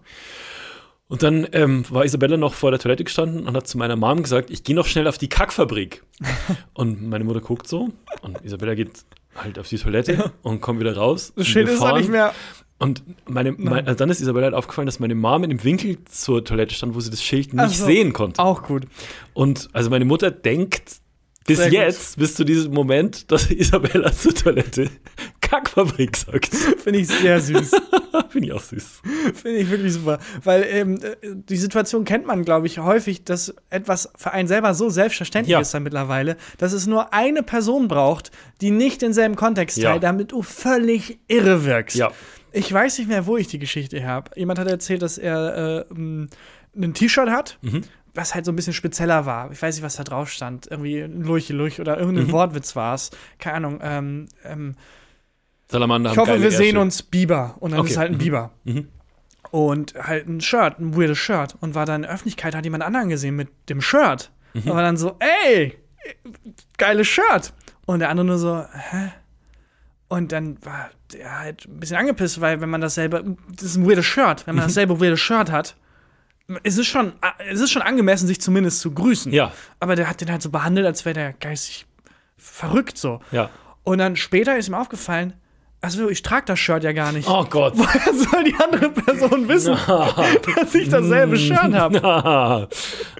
Speaker 3: Und dann ähm, war Isabella noch vor der Toilette gestanden und hat zu meiner Mom gesagt, ich gehe noch schnell auf die Kackfabrik. und meine Mutter guckt so und Isabella geht halt auf die Toilette und kommt wieder raus.
Speaker 2: So schön ist es auch nicht mehr.
Speaker 3: Und meine, mein, also dann ist Isabella halt aufgefallen, dass meine Mom in dem Winkel zur Toilette stand, wo sie das Schild nicht
Speaker 2: Ach so,
Speaker 3: sehen konnte.
Speaker 2: Auch gut.
Speaker 3: Und also meine Mutter denkt bis
Speaker 2: Sehr gut.
Speaker 3: jetzt, bis zu diesem Moment, dass Isabella zur Toilette Kackfabrik sagt.
Speaker 2: Finde ich sehr süß.
Speaker 3: Finde ich auch süß.
Speaker 2: Finde ich wirklich super. Weil ähm, äh, die Situation kennt man, glaube ich, häufig, dass etwas für einen selber so selbstverständlich
Speaker 3: Ja.
Speaker 2: ist dann mittlerweile, dass es nur eine Person braucht, die nicht denselben Kontext
Speaker 3: Ja.
Speaker 2: teilt, damit du völlig irre wirkst.
Speaker 3: Ja.
Speaker 2: Ich weiß nicht mehr, wo ich die Geschichte habe. Jemand hat erzählt, dass er äh, m, ein T-Shirt hat.
Speaker 3: Mhm.
Speaker 2: Was halt so ein bisschen spezieller war. Ich weiß nicht, was da drauf stand. Irgendwie Lurche, Lurch oder
Speaker 3: Mhm.
Speaker 2: irgendein Wortwitz war es. Keine Ahnung. Ähm, ähm, ich
Speaker 3: Salamander haben
Speaker 2: hoffe,
Speaker 3: geile
Speaker 2: wir sehen
Speaker 3: Ärsche.
Speaker 2: uns Biber. Und dann
Speaker 3: Okay. mhm.
Speaker 2: ist halt ein Biber. Und halt ein Shirt, ein weirdes Shirt. Und war dann in der Öffentlichkeit, hat jemand anderen gesehen mit dem Shirt.
Speaker 3: Mhm.
Speaker 2: Und war dann so, ey, geiles Shirt. Und der andere nur so, hä? Und dann war der halt ein bisschen angepisst, weil wenn man dasselbe, das ist ein weirdes Shirt,
Speaker 3: Mhm.
Speaker 2: wenn man dasselbe weirdes Shirt hat, es ist schon, es ist schon angemessen, sich zumindest zu grüßen.
Speaker 3: Ja.
Speaker 2: Aber der hat den halt so behandelt, als wäre der geistig verrückt so.
Speaker 3: Ja.
Speaker 2: Und dann später ist ihm aufgefallen, also ich trage das Shirt ja gar nicht.
Speaker 3: Oh Gott.
Speaker 2: Woher soll die andere Person wissen, dass ich
Speaker 3: Mm.
Speaker 2: dasselbe Shirt habe?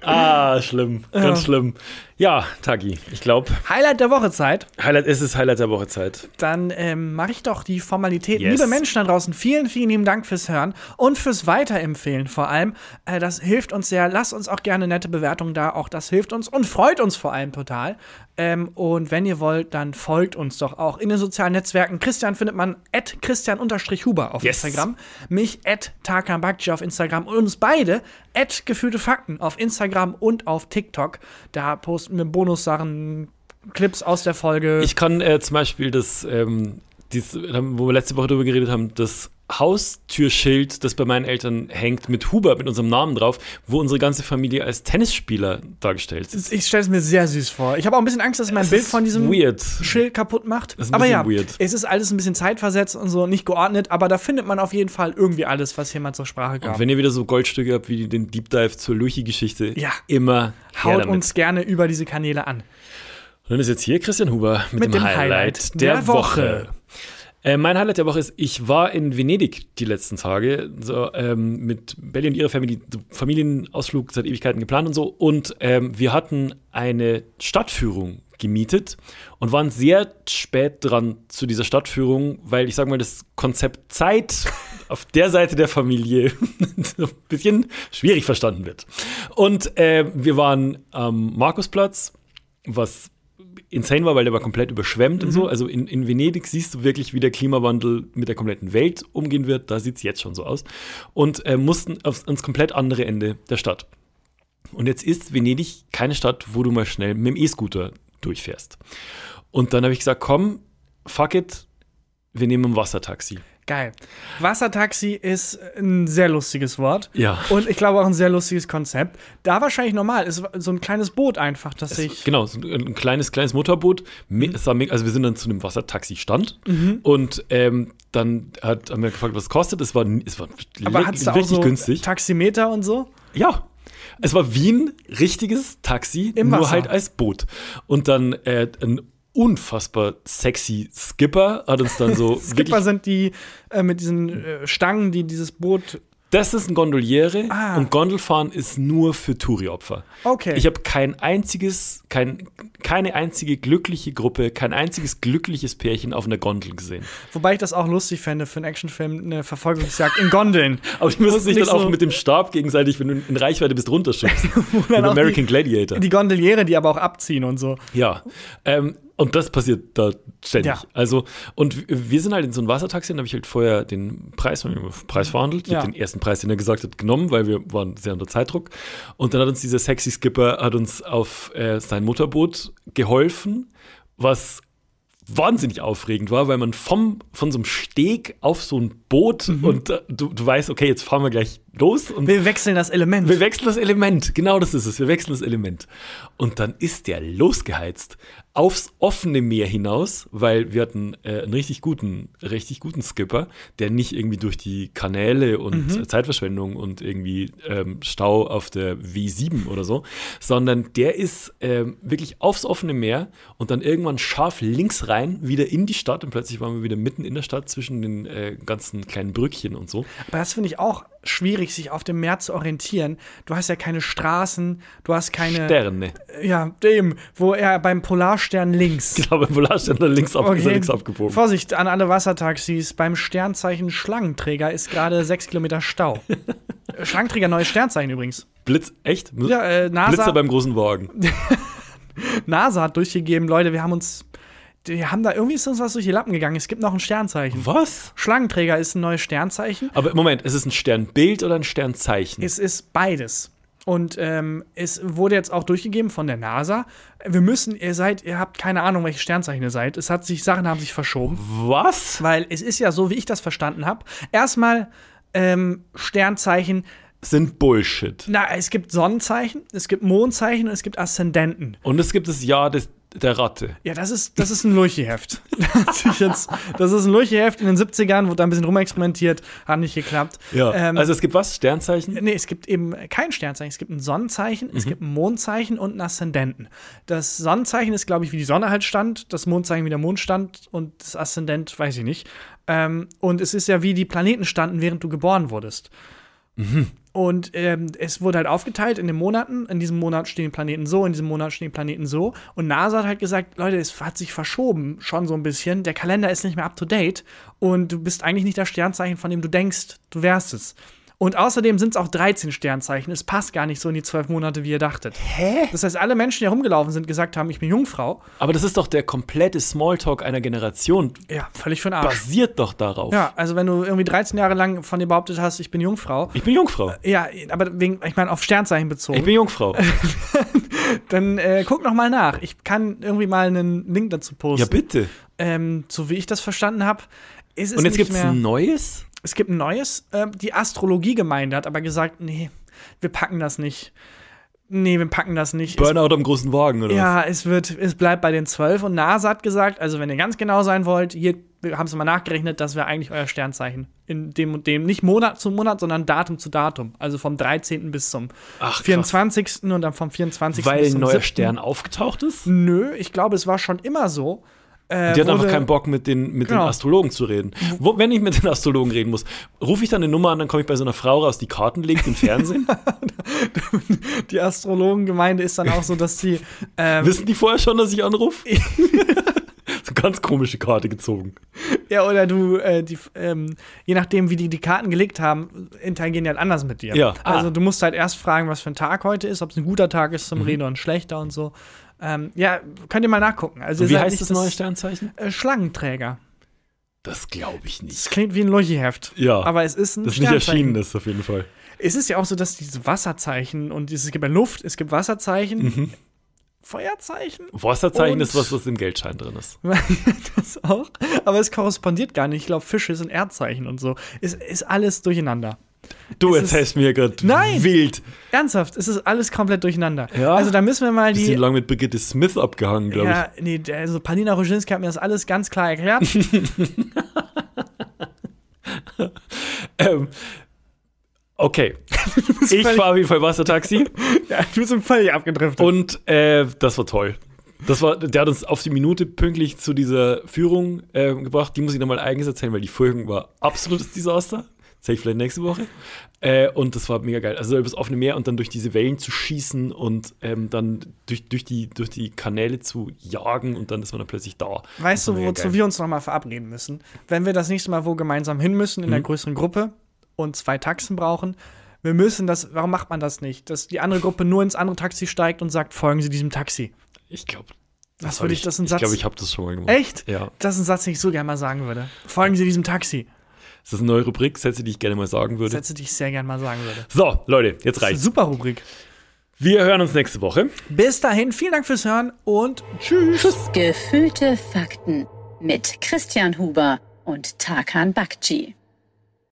Speaker 3: ah, schlimm. Ganz schlimm. Ja, Tagi, ich glaube,
Speaker 2: Highlight der Woche Zeit.
Speaker 3: Highlight es ist Highlight der Woche Zeit.
Speaker 2: Dann ähm, mache ich doch die Formalität.
Speaker 3: Yes.
Speaker 2: Liebe Menschen da draußen, vielen, vielen lieben Dank fürs Hören und fürs Weiterempfehlen vor allem. Äh, das hilft uns sehr. Lasst uns auch gerne nette Bewertungen da. Auch das hilft uns und freut uns vor allem total. Ähm, und wenn ihr wollt, dann folgt uns doch auch in den sozialen Netzwerken. Christian findet man at christian-huber auf
Speaker 3: Yes.
Speaker 2: Instagram. mich at Tarkan Bakci auf Instagram und uns beide at gefühlte Fakten auf Instagram und auf TikTok. Da posten wir Bonussachen, Clips aus der Folge.
Speaker 3: Ich kann äh, zum Beispiel das, ähm, dies, wo wir letzte Woche darüber geredet haben, das Haustürschild, das bei meinen Eltern hängt, mit Huber, mit unserem Namen drauf, wo unsere ganze Familie als Tennisspieler dargestellt ist.
Speaker 2: ich stelle es mir sehr süß vor. Ich habe auch ein bisschen Angst, dass mein
Speaker 3: Es
Speaker 2: Bild
Speaker 3: ist
Speaker 2: von diesem
Speaker 3: weird.
Speaker 2: Schild kaputt macht.
Speaker 3: ist ein
Speaker 2: aber ja,
Speaker 3: bisschen weird.
Speaker 2: es ist alles ein bisschen zeitversetzt und so nicht geordnet, aber da findet man auf jeden Fall irgendwie alles, was jemand zur Sprache
Speaker 3: Und
Speaker 2: gab.
Speaker 3: wenn ihr wieder so Goldstücke habt wie den Deep Dive zur Luchi-Geschichte,
Speaker 2: Ja.
Speaker 3: immer her
Speaker 2: Haut
Speaker 3: damit.
Speaker 2: uns gerne über diese Kanäle an.
Speaker 3: Und dann ist jetzt hier Christian Huber mit,
Speaker 2: Mit
Speaker 3: dem,
Speaker 2: dem
Speaker 3: Highlight,
Speaker 2: Highlight
Speaker 3: der,
Speaker 2: der Woche.
Speaker 3: Woche. Äh, mein Highlight der Woche ist, ich war in Venedig die letzten Tage so, ähm, mit Belly und ihrer Familie, so Familienausflug seit Ewigkeiten geplant und so. Und ähm, wir hatten eine Stadtführung gemietet und waren sehr spät dran zu dieser Stadtführung, weil ich sag mal, das Konzept Zeit auf der Seite der Familie so ein bisschen schwierig verstanden wird. Und äh, wir waren am Markusplatz, was insane war, weil der war komplett überschwemmt und so. Also in, in Venedig siehst du wirklich, wie der Klimawandel mit der kompletten Welt umgehen wird. Da sieht es jetzt schon so aus. Und äh, mussten aufs, ans komplett andere Ende der Stadt. Und jetzt ist Venedig keine Stadt, wo du mal schnell mit dem E-Scooter durchfährst. Und dann habe ich gesagt, komm, fuck it, wir nehmen ein Wassertaxi.
Speaker 2: Geil. Wassertaxi ist ein sehr lustiges Wort.
Speaker 3: Ja.
Speaker 2: Und ich glaube auch ein sehr lustiges Konzept. Da wahrscheinlich normal. Ist so ein kleines Boot einfach, dass ich. Mhm.
Speaker 3: Genau, so ein, ein kleines, kleines Motorboot. Me- es war mega- Also wir sind dann zu einem Wassertaxi-Stand und ähm, dann hat, haben wir gefragt, was es kostet. Es war, n- es war
Speaker 2: Aber
Speaker 3: le-
Speaker 2: hat's da auch
Speaker 3: richtig
Speaker 2: so
Speaker 3: günstig.
Speaker 2: Taximeter und so?
Speaker 3: Ja. Es war wie ein richtiges Taxi,
Speaker 2: Im
Speaker 3: nur
Speaker 2: Wasser.
Speaker 3: halt als Boot. Und dann äh, ein unfassbar sexy Skipper hat uns dann so
Speaker 2: Skipper
Speaker 3: wirklich
Speaker 2: sind die äh, mit diesen äh, Stangen, die dieses Boot.
Speaker 3: Das ist ein Gondoliere
Speaker 2: Ah.
Speaker 3: und Gondelfahren ist nur für Touri-Opfer.
Speaker 2: Okay.
Speaker 3: Ich habe kein einziges, kein, keine einzige glückliche Gruppe, kein einziges glückliches Pärchen auf einer Gondel gesehen.
Speaker 2: Wobei ich das auch lustig fände für einen Actionfilm, eine Verfolgungsjagd in Gondeln.
Speaker 3: Aber die müssen sich
Speaker 2: nicht
Speaker 3: dann auch
Speaker 2: so-
Speaker 3: mit dem Stab gegenseitig, wenn du in Reichweite bist, runterschubsen. Wie
Speaker 2: dann
Speaker 3: bei
Speaker 2: auch
Speaker 3: American Gladiator.
Speaker 2: Die Gondeliere, die aber auch abziehen und so.
Speaker 3: Ja. Ähm, und das passiert da ständig.
Speaker 2: Ja.
Speaker 3: Also, und w- wir sind halt in so einem Wassertaxi, und habe ich halt vorher den Preis, wir haben den Preis verhandelt. Ich
Speaker 2: Ja.
Speaker 3: habe den ersten Preis, den er gesagt hat, genommen, weil wir waren sehr unter Zeitdruck. Und dann hat uns dieser sexy Skipper hat uns auf äh, sein Motorboot geholfen, was wahnsinnig aufregend war, weil man vom, von so einem Steg auf so ein Boot und äh, du, du weißt, okay, jetzt fahren wir gleich los und
Speaker 2: Mhm. Wir wechseln das Element.
Speaker 3: wir wechseln das Element. Genau das ist es. Wir wechseln das Element. Und dann ist der losgeheizt aufs offene Meer hinaus, weil wir hatten äh, einen richtig guten, richtig guten Skipper, der nicht irgendwie durch die Kanäle und Zeitverschwendung und irgendwie ähm, Stau auf der W7 oder so, sondern der ist ähm, wirklich aufs offene Meer und dann irgendwann scharf links rein, wieder in die Stadt und plötzlich waren wir wieder mitten in der Stadt zwischen den äh, ganzen kleinen Brückchen und so.
Speaker 2: Aber das finde ich auch schwierig, sich auf dem Meer zu orientieren. Du hast ja keine Straßen, du hast keine.
Speaker 3: Sterne.
Speaker 2: Ja, dem, wo er beim Polarstern links.
Speaker 3: Ich glaube, Polarstern da links, ab, ist er links abgebogen.
Speaker 2: Vorsicht an alle Wassertaxis. Beim Sternzeichen Schlangenträger ist gerade sechs Kilometer Stau. Schlangenträger, neues Sternzeichen übrigens.
Speaker 3: Blitz, echt?
Speaker 2: Ja, äh, NASA,
Speaker 3: Blitzer beim großen Wagen.
Speaker 2: NASA hat durchgegeben, Leute, wir haben uns. Wir haben da irgendwie ist uns was durch die Lappen gegangen. Es gibt noch ein Sternzeichen.
Speaker 3: Was?
Speaker 2: Schlangenträger ist ein neues Sternzeichen.
Speaker 3: Aber Moment, es ist ein Sternbild oder ein Sternzeichen?
Speaker 2: Es ist beides. Und ähm, es wurde jetzt auch durchgegeben von der NASA. Wir müssen, ihr seid, ihr habt keine Ahnung, welche Sternzeichen ihr seid. Es hat sich, Sachen haben sich verschoben.
Speaker 3: Was?
Speaker 2: Weil es ist ja so, wie ich das verstanden habe. Erstmal ähm, Sternzeichen.
Speaker 3: Sind Bullshit.
Speaker 2: Na, es gibt Sonnenzeichen, es gibt Mondzeichen und es gibt Aszendenten.
Speaker 3: Und es gibt das Jahr des, der Ratte.
Speaker 2: Ja, das ist, das ist ein Lurcheheft. Das ist jetzt- das ist ein Lurcheheft in den 70ern, wurde da ein bisschen rumexperimentiert, hat nicht geklappt.
Speaker 3: Ja.
Speaker 2: Ähm, äh,
Speaker 3: also es gibt was? Sternzeichen?
Speaker 2: Nee, es gibt eben kein Sternzeichen, es gibt ein Sonnenzeichen, es gibt ein Mondzeichen und einen Aszendenten. Das Sonnenzeichen ist, glaube ich, wie die Sonne halt stand, das Mondzeichen wie der Mond stand und das Aszendent weiß ich nicht. Ähm, und es ist ja wie die Planeten standen, während du geboren wurdest. Und ähm, es wurde halt aufgeteilt in den Monaten. In diesem Monat stehen die Planeten so, in diesem Monat stehen die Planeten so. Und NASA hat halt gesagt, Leute, es hat sich verschoben schon so ein bisschen. Der Kalender ist nicht mehr up to date und du bist eigentlich nicht das Sternzeichen, von dem du denkst, du wärst es. Und außerdem sind es auch 13 Sternzeichen. Es passt gar nicht so in die zwölf Monate, wie ihr dachtet. Hä? Das heißt, alle Menschen, die herumgelaufen sind, gesagt haben, ich bin Jungfrau.
Speaker 3: Aber das ist doch der komplette Smalltalk einer Generation.
Speaker 2: Ja, völlig für den Arsch.
Speaker 3: Basiert doch darauf.
Speaker 2: Ja, also wenn du irgendwie 13 Jahre lang von dir behauptet hast, ich bin Jungfrau.
Speaker 3: Ich bin Jungfrau.
Speaker 2: Ja, aber wegen, ich meine, auf Sternzeichen bezogen.
Speaker 3: Ich bin
Speaker 2: äh,
Speaker 3: Jungfrau.
Speaker 2: Dann äh, guck noch mal nach. Ich kann irgendwie mal einen Link dazu
Speaker 3: ja,
Speaker 2: posten.
Speaker 3: bitte.
Speaker 2: ähm, so wie ich das verstanden habe, ist es
Speaker 3: Und jetzt
Speaker 2: nicht
Speaker 3: gibt es
Speaker 2: mehr.
Speaker 3: ein neues?
Speaker 2: Es gibt ein neues. ähm, die Astrologiegemeinde hat aber gesagt, nee, wir packen das nicht. Nee, wir packen das nicht. Es,
Speaker 3: Burnout am großen Wagen, oder
Speaker 2: ja, es wird, es bleibt bei den zwölf. Und NASA hat gesagt, also wenn ihr ganz genau sein wollt, hier wir haben es mal nachgerechnet, das wäre eigentlich euer Sternzeichen. In dem und dem, nicht Monat zu Monat, sondern Datum zu Datum. Also vom 13. bis zum
Speaker 3: Ach, krass.
Speaker 2: 24. und dann vom 24.
Speaker 3: was? Weil
Speaker 2: bis
Speaker 3: ein
Speaker 2: zum
Speaker 3: neuer
Speaker 2: 7..
Speaker 3: Stern aufgetaucht ist?
Speaker 2: Nö, ich glaube, es war schon immer so. Äh,
Speaker 3: Die hat einfach
Speaker 2: wurde-
Speaker 3: keinen Bock, mit den, mit
Speaker 2: Genau.
Speaker 3: den Astrologen zu reden. Wo, wenn ich mit den Astrologen reden muss, rufe ich dann eine Nummer an, dann komme ich bei so einer Frau raus, die Karten legt im Fernsehen.
Speaker 2: Die Astrologengemeinde ist dann auch so, dass sie. Ähm,
Speaker 3: Wissen die vorher schon, dass ich anrufe? so ganz komische Karte gezogen.
Speaker 2: ja, oder du, äh, die, ähm, je nachdem, wie die die Karten gelegt haben, interagieren die halt anders mit dir.
Speaker 3: Ja.
Speaker 2: Also
Speaker 3: Ah.
Speaker 2: du musst halt erst fragen, was für ein Tag heute ist, ob es ein guter Tag ist
Speaker 3: Mhm.
Speaker 2: zum Reden oder ein schlechter und so. Ähm, ja, könnt ihr mal nachgucken. Also, ihr
Speaker 3: Wie
Speaker 2: seid
Speaker 3: heißt
Speaker 2: nicht
Speaker 3: das neue Sternzeichen?
Speaker 2: Äh, Schlangenträger.
Speaker 3: Das glaube ich
Speaker 2: Das
Speaker 3: nicht.
Speaker 2: klingt wie ein Lurchiheft.
Speaker 3: Ja.
Speaker 2: Aber es ist ein
Speaker 3: Das ist nicht
Speaker 2: Sternzeichen.
Speaker 3: erschienen ist, auf jeden Fall.
Speaker 2: Es ist ja auch so, dass diese Wasserzeichen und dieses- es gibt ja Luft, es gibt Wasserzeichen,
Speaker 3: Mhm.
Speaker 2: Feuerzeichen.
Speaker 3: Wasserzeichen
Speaker 2: Und-
Speaker 3: ist was, was im Geldschein drin ist.
Speaker 2: das auch. Aber es korrespondiert gar nicht. Ich glaube, Fische sind Erdzeichen und so. Es ist alles durcheinander.
Speaker 3: Du
Speaker 2: Es ist-
Speaker 3: erzählst mir gerade
Speaker 2: Nein!
Speaker 3: wild.
Speaker 2: Ernsthaft, es ist alles komplett durcheinander.
Speaker 3: Ja?
Speaker 2: Also da müssen wir mal
Speaker 3: Die sind
Speaker 2: die.
Speaker 3: lang mit Brigitte Smith abgehangen, glaube
Speaker 2: Ja, nee, der- also Panina Roginski hat mir das alles ganz klar erklärt.
Speaker 3: ich. Ähm, okay. ich
Speaker 2: völlig-
Speaker 3: fahre auf jeden Fall Wassertaxi.
Speaker 2: ja, du bist völlig abgedriftet. Und
Speaker 3: Und äh, das war toll. Das war, der hat uns auf die Minute pünktlich zu dieser Führung äh, gebracht. Die muss ich nochmal eigens erzählen, weil die Führung war absolutes Desaster. Zeige ich vielleicht nächste Woche. Äh, und das war mega geil. Also übers offene Meer und dann durch diese Wellen zu schießen und ähm, dann durch, durch, die, durch die Kanäle zu jagen und dann ist man dann plötzlich da.
Speaker 2: weißt
Speaker 3: Das
Speaker 2: du,
Speaker 3: war mega
Speaker 2: wozu
Speaker 3: geil.
Speaker 2: wir uns nochmal verabreden müssen? Wenn wir das nächste Mal wo gemeinsam hin müssen,
Speaker 3: Mhm.
Speaker 2: in der größeren Gruppe und zwei Taxen brauchen, wir müssen das, warum macht man das nicht? Dass die andere Gruppe nur ins andere Taxi steigt und sagt, folgen Sie diesem Taxi.
Speaker 3: Ich glaube.
Speaker 2: Was würde ich, das in
Speaker 3: Ich
Speaker 2: Satz?
Speaker 3: glaube, ich habe das schon mal gemacht.
Speaker 2: Echt?
Speaker 3: Ja.
Speaker 2: Das ist ein Satz, den ich so gerne mal sagen würde. Folgen Sie diesem Taxi.
Speaker 3: Das ist eine neue Rubrik, Sätze, die ich gerne mal sagen würde.
Speaker 2: Sätze, die ich sehr gerne mal sagen würde.
Speaker 3: So, Leute, jetzt
Speaker 2: Das ist eine
Speaker 3: reicht's.
Speaker 2: super Rubrik.
Speaker 3: Wir hören uns nächste Woche.
Speaker 2: Bis dahin, vielen Dank fürs Hören und tschüss.
Speaker 1: Gefühlte Fakten mit Christian Huber und Tarkan Bakci.